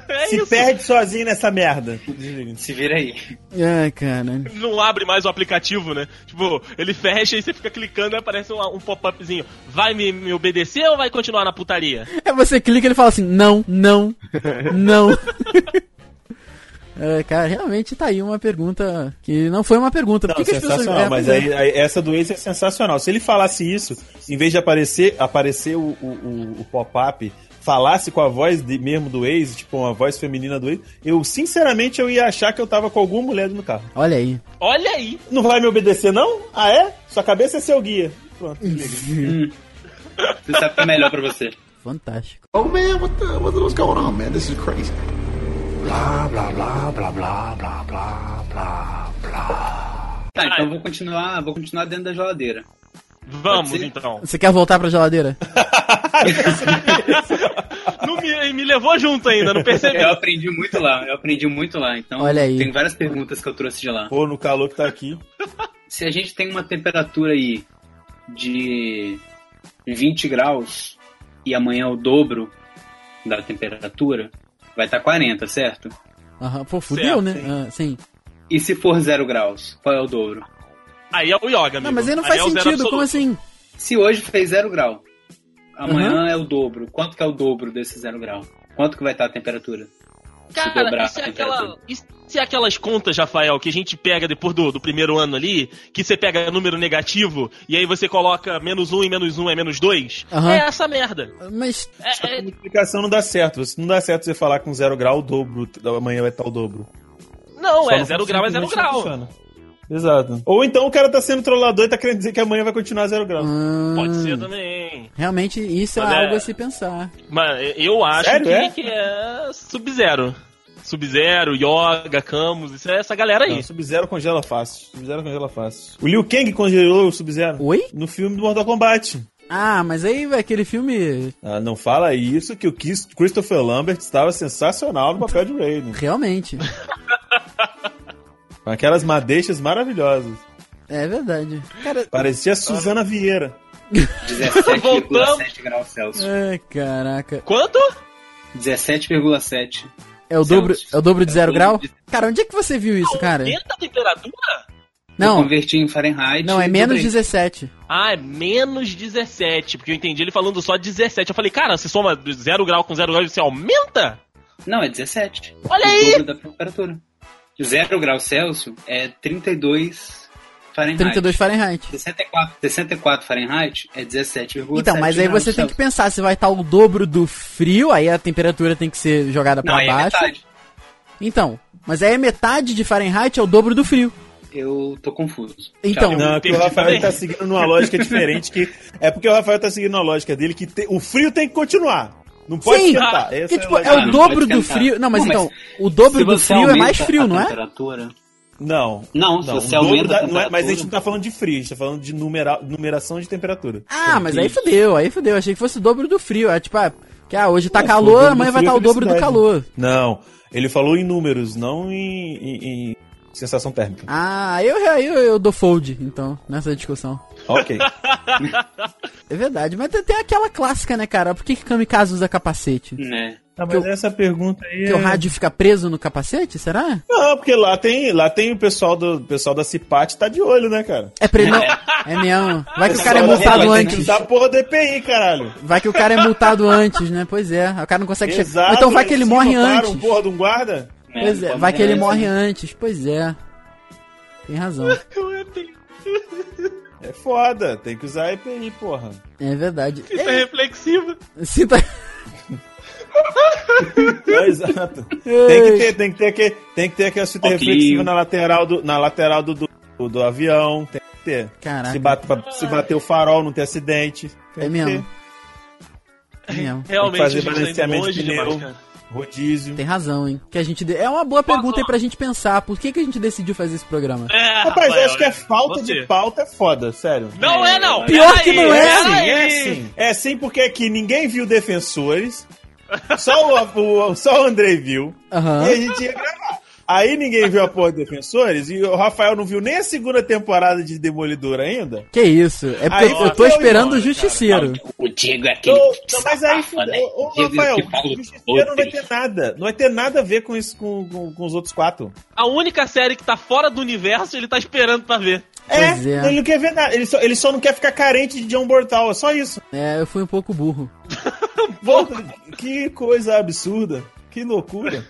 É Se isso. perde sozinho nessa merda. Desliga. Se vira aí. Ai, cara. Não abre mais o aplicativo, né? Tipo, ele fecha e você fica clicando e aparece um, um pop-upzinho. Vai me, me obedecer ou vai continuar na putaria? É você clica e ele fala assim: não, não, *laughs* não. *laughs* É, cara, realmente tá aí uma pergunta que não foi uma pergunta. Não, Por que que as pessoas- sensacional, É, mas pois é. aí, aí essa do Waze é sensacional. Se ele falasse isso, em vez de aparecer, aparecer o, o, o- o pop-up, falasse com a voz de- mesmo do Waze, tipo uma voz feminina do Waze, eu sinceramente eu ia achar que eu tava com alguma mulher no carro. Olha aí. Olha aí. Não vai me obedecer não? Ah é? Sua cabeça é seu guia. Pronto. Hum. Você sabe o que é melhor pra você. Fantástico. Oh man, what the what, what's going on, man? This is crazy. Blah blah blah blah blah blah blah blah blah. Tá, então eu vou continuar, vou continuar dentro da geladeira. Vamos Pode ser? então. Você quer voltar pra geladeira? Não me, me levou junto ainda, *laughs* não É. Eu percebeu. aprendi muito lá, eu aprendi muito lá. Então Olha aí. tem várias perguntas que eu trouxe de lá. Pô, no calor que tá aqui. Se a gente tem uma temperatura aí de 20 graus e amanhã é o dobro da temperatura, vai estar 40, certo? Aham, pô, Certo, fudeu, né? sim. Ah, sim. E se for 0 graus, qual é o dobro? Aí é o yoga, amigo. Não, mas aí não é faz o zero sentido, como absoluto. assim? Se hoje fez 0 grau, amanhã é o dobro. Quanto que é o dobro desse 0 grau? Quanto que vai estar *laughs* a temperatura? Se dobrar Cara, isso é, a aquela, temperatura. isso é aquelas contas, Rafael, que a gente pega depois do, do primeiro ano ali, que você pega número negativo e aí você coloca menos um e menos um é menos dois. Aham. É essa merda. assim? Mas, É- é- A multiplicação não dá certo. Não dá certo você falar com zero grau, o dobro, amanhã vai estar o dobro. não, Só é não zero funciona, grau, é zero simplesmente não grau. funciona. Exato. Ou então o cara tá sendo trollador e tá querendo dizer que amanhã vai continuar zero grau. hum, Pode Ah. ser também. Realmente, isso é Mas é- algo a se pensar. Mas eu acho Sério, que é? é, que é Sub-Zero. Sub-Zero, Yoga, Camus, isso é essa galera aí. Não, Sub-Zero congela fácil. Sub-Zero congela fácil. O Liu Kang congelou o Sub-Zero Oi? no filme do Mortal Kombat. Ah, mas aí vai aquele filme. Ah, não fala isso, que o Chris- Christopher Lambert estava sensacional no papel de Raiden. Realmente. Com aquelas madeixas maravilhosas. É verdade. Cara. Parecia a Suzana Vieira. 17,7 graus Celsius. Ai, caraca. Quanto? 17,7. É o dobro, Celsius. é o dobro de É o zero grau? dobro de- Cara, onde é que você viu isso, cara? Aumenta a temperatura? Eu Não, converti em Fahrenheit. não, é e menos dobrei. 17. Ah, é menos 17, porque eu entendi ele falando só 17. Eu falei, cara, você soma 0 grau com 0 grau e você aumenta? Não, é 17. Olha o aí! dobro da temperatura. 0 graus Celsius é 32 Fahrenheit. 32 Fahrenheit. 64, 64 Fahrenheit é 17,7 Então, mas aí graus você tem que Celsius. pensar se vai estar o dobro do frio, aí a temperatura tem que ser jogada Não, pra aí é baixo. metade. Então, mas aí a metade de Fahrenheit é o dobro do frio. Eu tô confuso. Então. Tchau. Não, é que o entendi Rafael também. tá seguindo uma lógica diferente. que É porque o Rafael tá seguindo uma lógica dele que te- o frio tem que continuar. Não pode Sim, esquentar. porque, Essa é a tipo, é, lógica. Ah, o não, dobro pode do tentar. frio. Não, mas Não, mas então, o dobro Se do você frio é aumenta mais frio, a não é? Temperatura, Não. não, se Não, você o dobro aumenta a da- não é- temperatura. mas a gente não tá falando de frio, a gente tá falando de numera- numeração de temperatura. Ah, mas aí Isso. fudeu, aí fudeu. Achei que fosse o dobro do frio. É tipo, ah, que ah, hoje tá Não, o calor, dobro do amanhã vai frio estar é o dobro do felicidade. calor. Não, ele falou em números, não em, em- em sensação térmica. Ah, eu, eu, eu dou fold, então, nessa discussão. *laughs* Ok. É verdade, mas tem- tem aquela clássica, né, cara? Por que, que Kamikaze usa capacete? Né? Ah, Que mas o- essa pergunta aí. Porque o é- rádio fica preso no capacete, será? Não, porque lá tem, lá tem o pessoal do o pessoal da Cipat tá de olho, né, cara? É pra ele não... É mesmo. Vai que o cara é Pessoal da multado Cipat tem que antes. usar a porra do EPI, caralho. Vai que o cara é multado antes, né? Pois é. O cara não consegue chegar. Ou Exato. Então vai que ele eles morre botaram antes. porra de um guarda? Né, Pois não é, pode vai que ele fazer morre isso. antes. Pois é. Tem razão. É foda, tem que usar EPI, porra. É verdade. tá- Isso é reflexivo. Sinta... É, exato. Tem que ter, tem que ter, que, tem que ter aquela fita Ok. reflexiva na lateral do, na lateral do, do, do avião. Tem que ter. Se, Caraca, bate, pra- se bater o farol, não ter acidente. Tem é que mesmo. *laughs* É ter. mesmo. Realmente, fazer a gente tá indo balanceamento longe de pneu. demais, cara. rodízio. Tem razão, hein? Que a gente de- É uma boa pergunta aí pra gente pensar. Por que, que a gente decidiu fazer esse programa? É, Rapaz, Rafael, acho que é né? olha, falta você. de pauta é foda, sério. Não é, não. Pior Pera que aí, não é, pera sim, aí. é sim. É sim, porque aqui ninguém viu Defensores, só o, o- só o Andrei viu, Aham. e a gente ia gravar. Aí ninguém viu a porra de Defensores, e o Rafael não viu nem a segunda temporada de Demolidor ainda. Que isso? É porque Aí eu, eu tô bateu, esperando o irmão, Justiceiro. O Diego é Então, aquele. então, mas aí, safado, né? ô, ô, Diego Rafael, que fala o Justiceiro não vai *laughs* ter nada. Não vai ter nada a ver com isso, com, com, com os outros quatro. A única série que tá fora do universo, ele tá esperando pra ver. Pois é. ele não quer ver nada. Ele só, ele só não quer ficar carente de John Bortal, é só isso. É, eu fui um pouco burro. *laughs* Que coisa absurda. Que loucura.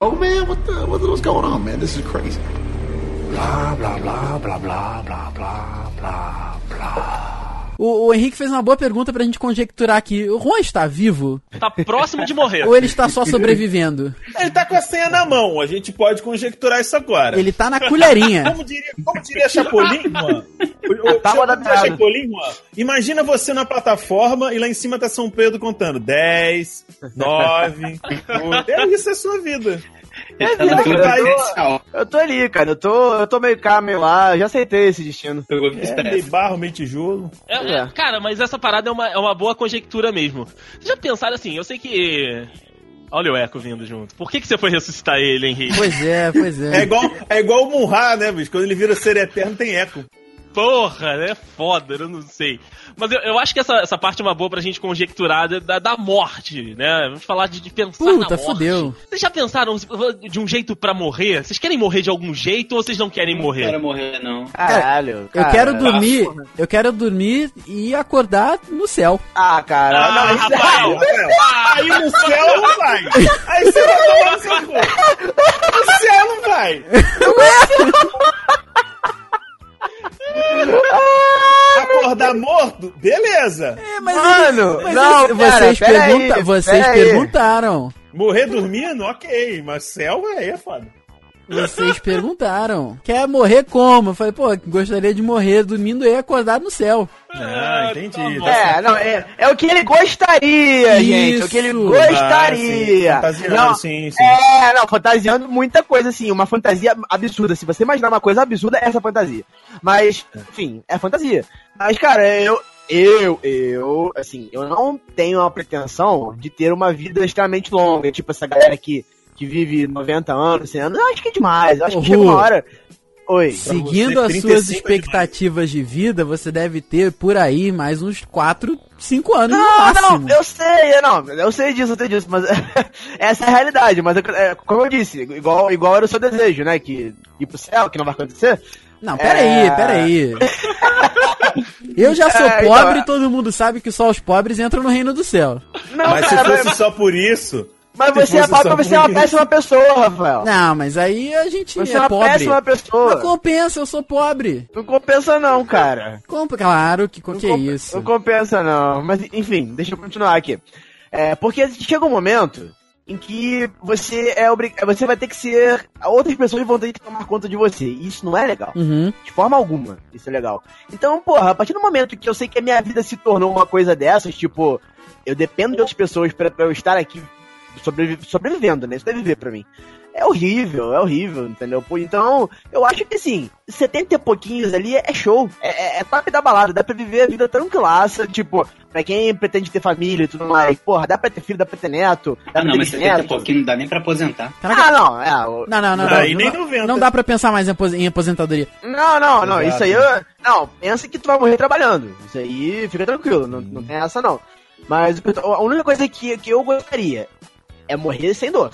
Oh man, what the what, what's going on, man? This is crazy. Blah blah blah blah blah blah blah blah blah. O, o Henrique fez uma boa pergunta pra gente conjecturar aqui. O Juan está vivo? Tá próximo de *laughs* morrer. Ou ele está só sobrevivendo? Ele tá com a senha na mão, a gente pode conjecturar isso agora. Ele tá na colherinha. *laughs* Como diria, como diria Chapolin, mano? O, o, Tá Chapolin, adaptado. Chapolin, mano? Imagina você na plataforma e lá em cima tá São Pedro contando 10, 9, 8. É isso, é sua vida. Ele tá Ele na tá altura aí. do Nescau. Eu tô ali, cara. Eu tô, eu tô meio cá, meio lá. Eu já aceitei esse destino. Pegou o É, meio expresso. barro, meio tijolo. É, É. é, Cara, mas essa parada é uma, é uma boa conjectura mesmo. Vocês já pensaram assim, eu sei que. Olha o Echo vindo junto. Por que, que você foi ressuscitar ele, Henrique? Pois é, pois É é. igual, é igual o Munra, né, bicho? Quando ele vira ser eterno, tem eco. Porra, né? Foda, eu não sei. Mas eu, eu acho que essa, essa parte é uma boa pra gente conjecturar da- da, da morte, né? Vamos falar de, de pensar na Puta, morte. fudeu. Vocês já pensaram de um jeito pra morrer? Vocês querem morrer de algum jeito ou vocês não querem Não morrer? quero É. morrer, não. Caralho. Eu cara. quero dormir, eu quero dormir e acordar no céu. Ah, cara. Ah, não, isso é... Rafael, Rafael. ah, Aí no céu não vai. Aí você vai tomar no seu cu. No céu não vai. Acordar morto? Beleza. É, mas Mano, mas não, eles- pera, vocês, pera aí, pergunta- pera vocês aí. perguntaram. Morrer dormindo? Ok. Mas céu aí é foda. Vocês perguntaram. Quer morrer como? Eu falei, pô, gostaria de morrer dormindo e acordar no céu. Ah, entendi. É, não, é, é o que ele gostaria, Isso. gente. É o que ele Ah, sim, gostaria. fantasiando, não, sim, sim. É, não, fantasiando muita coisa, assim, uma fantasia absurda. Se você imaginar uma coisa absurda, é essa fantasia. Mas, enfim, é fantasia. Mas, cara, eu, eu, eu, assim, eu não tenho a pretensão de ter uma vida extremamente longa, tipo essa galera que, que vive 90 anos, 100 anos. Eu acho que é demais, eu acho que chega uma Ru. hora. Oi. Pra Seguindo você, as 35 suas é expectativas de vida, você deve ter por aí mais uns 4, 5 anos no Ah, Não, máximo. não, eu sei, eu não, eu sei disso, eu sei disso, mas *laughs* essa é a realidade, mas eu- é, como eu disse, igual, igual era o seu desejo, né, que ir pro céu, que não vai acontecer, Não, peraí, É. *laughs* peraí. Eu já sou É, então, pobre é. e todo mundo sabe que só os pobres entram no reino do céu. não, Mas se cara, mas- fosse só por isso... mas se você é fosse pobre, só você é uma *laughs* por isso. péssima pessoa, Rafael, Não, mas aí a gente você é, é uma pobre. péssima Não pessoa, compensa, eu sou pobre. não compensa não, cara, Compa, claro que não que é comp- isso. não compensa não, mas enfim, deixa eu continuar aqui, é, porque chega um momento em que você é obrigado, você vai ter que ser, outras pessoas vão ter que tomar conta de você, e isso não é legal. Uhum. De forma alguma. Isso é legal. Então, porra, a partir do momento que eu sei que a minha vida se tornou uma coisa dessas, tipo, eu dependo de outras pessoas pra, pra eu estar aqui sobrevi- sobrevivendo, né? Isso deve viver pra mim. É horrível, é horrível, entendeu? Pô, Então, eu acho que assim, 70 e pouquinhos ali é show. É, é, é top da balada, dá pra viver a vida tranquilaça, tipo, pra quem pretende ter família e tudo mais, porra, dá pra ter filho, dá pra ter neto, dá Ah, pra não, ter mas bisneto. 70 e pouquinho não dá nem pra aposentar. Ah, não, é, o- Não, não, não. Aí não, nem não, 90. não dá pra pensar mais em apos- em aposentadoria. Não, não, não, isso Exato. aí. Eu, não, pensa que tu vai morrer trabalhando. Isso aí fica tranquilo, não, não tem essa não. Mas o que eu tô- a única coisa que, que eu gostaria é morrer sem dor.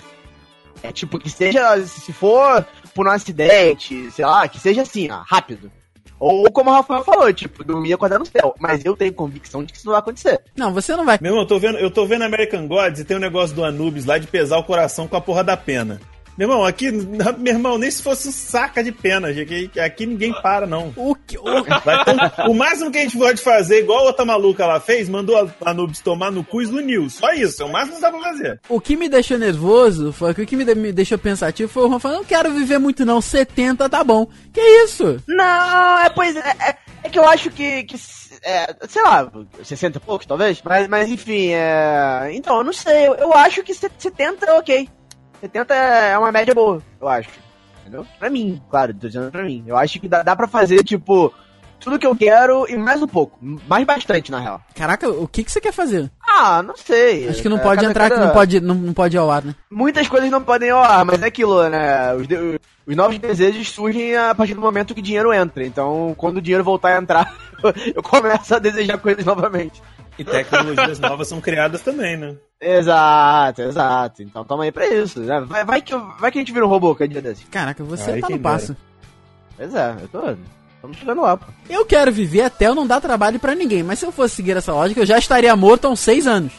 É tipo, que seja, se for por um acidente, sei lá, que seja assim, ó, rápido. Ou como o Rafael falou, tipo, dormir e acordar no céu. Mas eu tenho convicção de que isso não vai acontecer. Não, você não vai. Meu irmão, eu tô vendo, eu tô vendo American Gods e tem um negócio do Anubis lá de pesar o coração com a porra da pena. Meu irmão, aqui, *laughs* na- meu irmão, nem se fosse um saca de pena, gente, que- que aqui ninguém para, não. O que, o- Vai tão- o máximo que a gente pode fazer, igual a outra maluca lá fez, mandou a Anubis tomar no cu e no Nil. Só isso, é o máximo que dá pra fazer. o que me deixou nervoso foi que o que me, de- me deixou pensativo foi o Juan falando, não quero viver muito não, 70 tá bom. Que isso? Não, é pois é. é- É que eu acho que, que é, sei lá, 60 e poucos talvez, mas, mas enfim, é, então, eu não sei, eu, eu acho que 70 é ok. 70 é uma média boa, eu acho. Entendeu? Pra mim, claro, tô dizendo pra mim. Eu acho que dá, dá pra fazer, tipo, tudo que eu quero e mais um pouco. Mais bastante, na real. Caraca, o que, que você quer fazer? Ah, não sei. Acho que não É, pode cada- entrar aqui, cada- não pode, não, não pode ir ao ar, né? Muitas coisas não podem ir ao ar, mas é aquilo, né? Os, de- os novos desejos surgem a partir do momento que dinheiro entra. Então, quando o dinheiro voltar a entrar, *laughs* eu começo a desejar coisas novamente. E tecnologias novas são criadas também, né? Exato, exato. Então toma aí pra isso. né? Vai, vai que, eu- vai que a gente vira um robô cada dia desse. Caraca, você Aí tá quem no passo. Pois é, eu tô. Estamos chegando lá, pô. Eu quero viver até eu não dar trabalho pra ninguém, mas se eu fosse seguir essa lógica, eu já estaria morto há uns seis anos.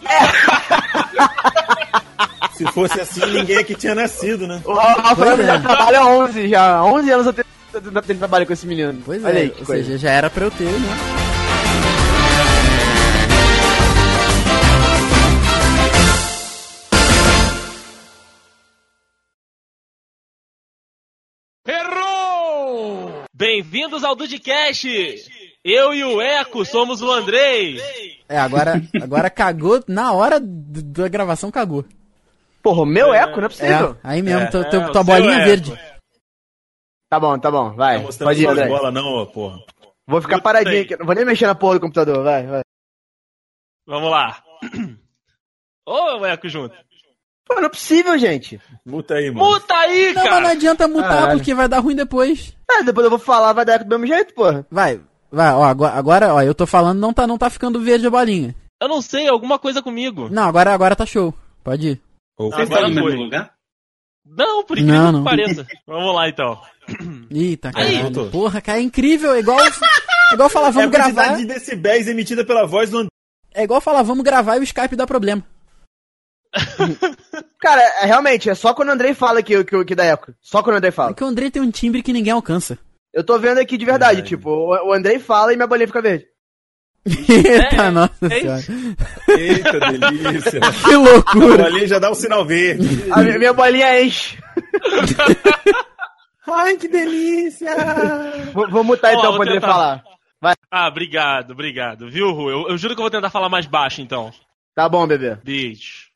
Se fosse assim, ninguém aqui tinha nascido, né? O Rafa Pois é. trabalha há 11 já. há 11 anos eu tenho, eu tenho trabalho com esse menino. Pois Olha é, aí, que ou coisa. seja, já era pra eu ter, né? Bem-vindos ao Dudcast! Eu e o Eco somos o Andrei. É, agora, agora cagou, na hora do- da gravação cagou. Porra, o meu eco, não é É, possível. aí mesmo, É, teu- é, teu- o tua seu bolinha é, verde. Tá bom, tá bom, vai. Tá mostrando Pode ir, show de André. bola, não, ó, porra. Vou ficar Tudo paradinho bem. aqui. Não vou nem mexer na porra do computador, vai, vai. Vamos lá. Ô, o Eco junto. Pô, não é possível, gente. Muta aí, mano. Puta aí, Não, mas não cara! adianta mutar, Caralho. porque vai dar ruim depois. Ah, depois eu vou falar, vai dar eco do mesmo jeito, porra. Vai, vai, ó, agora, agora, ó, eu tô falando, não tá, não tá ficando verde a bolinha. Eu não sei, alguma coisa comigo. Não, agora, agora tá show. Pode ir. Ou Agora Vocês estão Tá no foi. mesmo lugar? Não, por incrível Não, não. que pareça. Vamos lá, então. Eita, Aí, caralho. voltou. Porra, cara, é incrível. É igual, é igual falar, é a vamos quantidade gravar. de decibéis emitida pela voz do André. É igual falar, vamos gravar e o Skype dá problema. Cara, é, realmente, é só quando o Andrei fala que, que, que dá eco. Só quando o Andrei fala. Porque o André tem um timbre que ninguém alcança. Eu tô vendo aqui de verdade, Verdade. tipo, o, o Andrei fala e minha bolinha fica verde. *laughs* Eita, nossa é senhora. Eita, delícia. Que A loucura. bolinha já dá um sinal verde. A minha, minha bolinha enche. Ai, que delícia! Vou, vou mutar Ó, então vou pra Andrei tentar. falar. Ah, obrigado, obrigado. Viu, Ru? Eu, eu juro que eu vou tentar falar mais baixo, então. Tá bom, bebê. Beijo.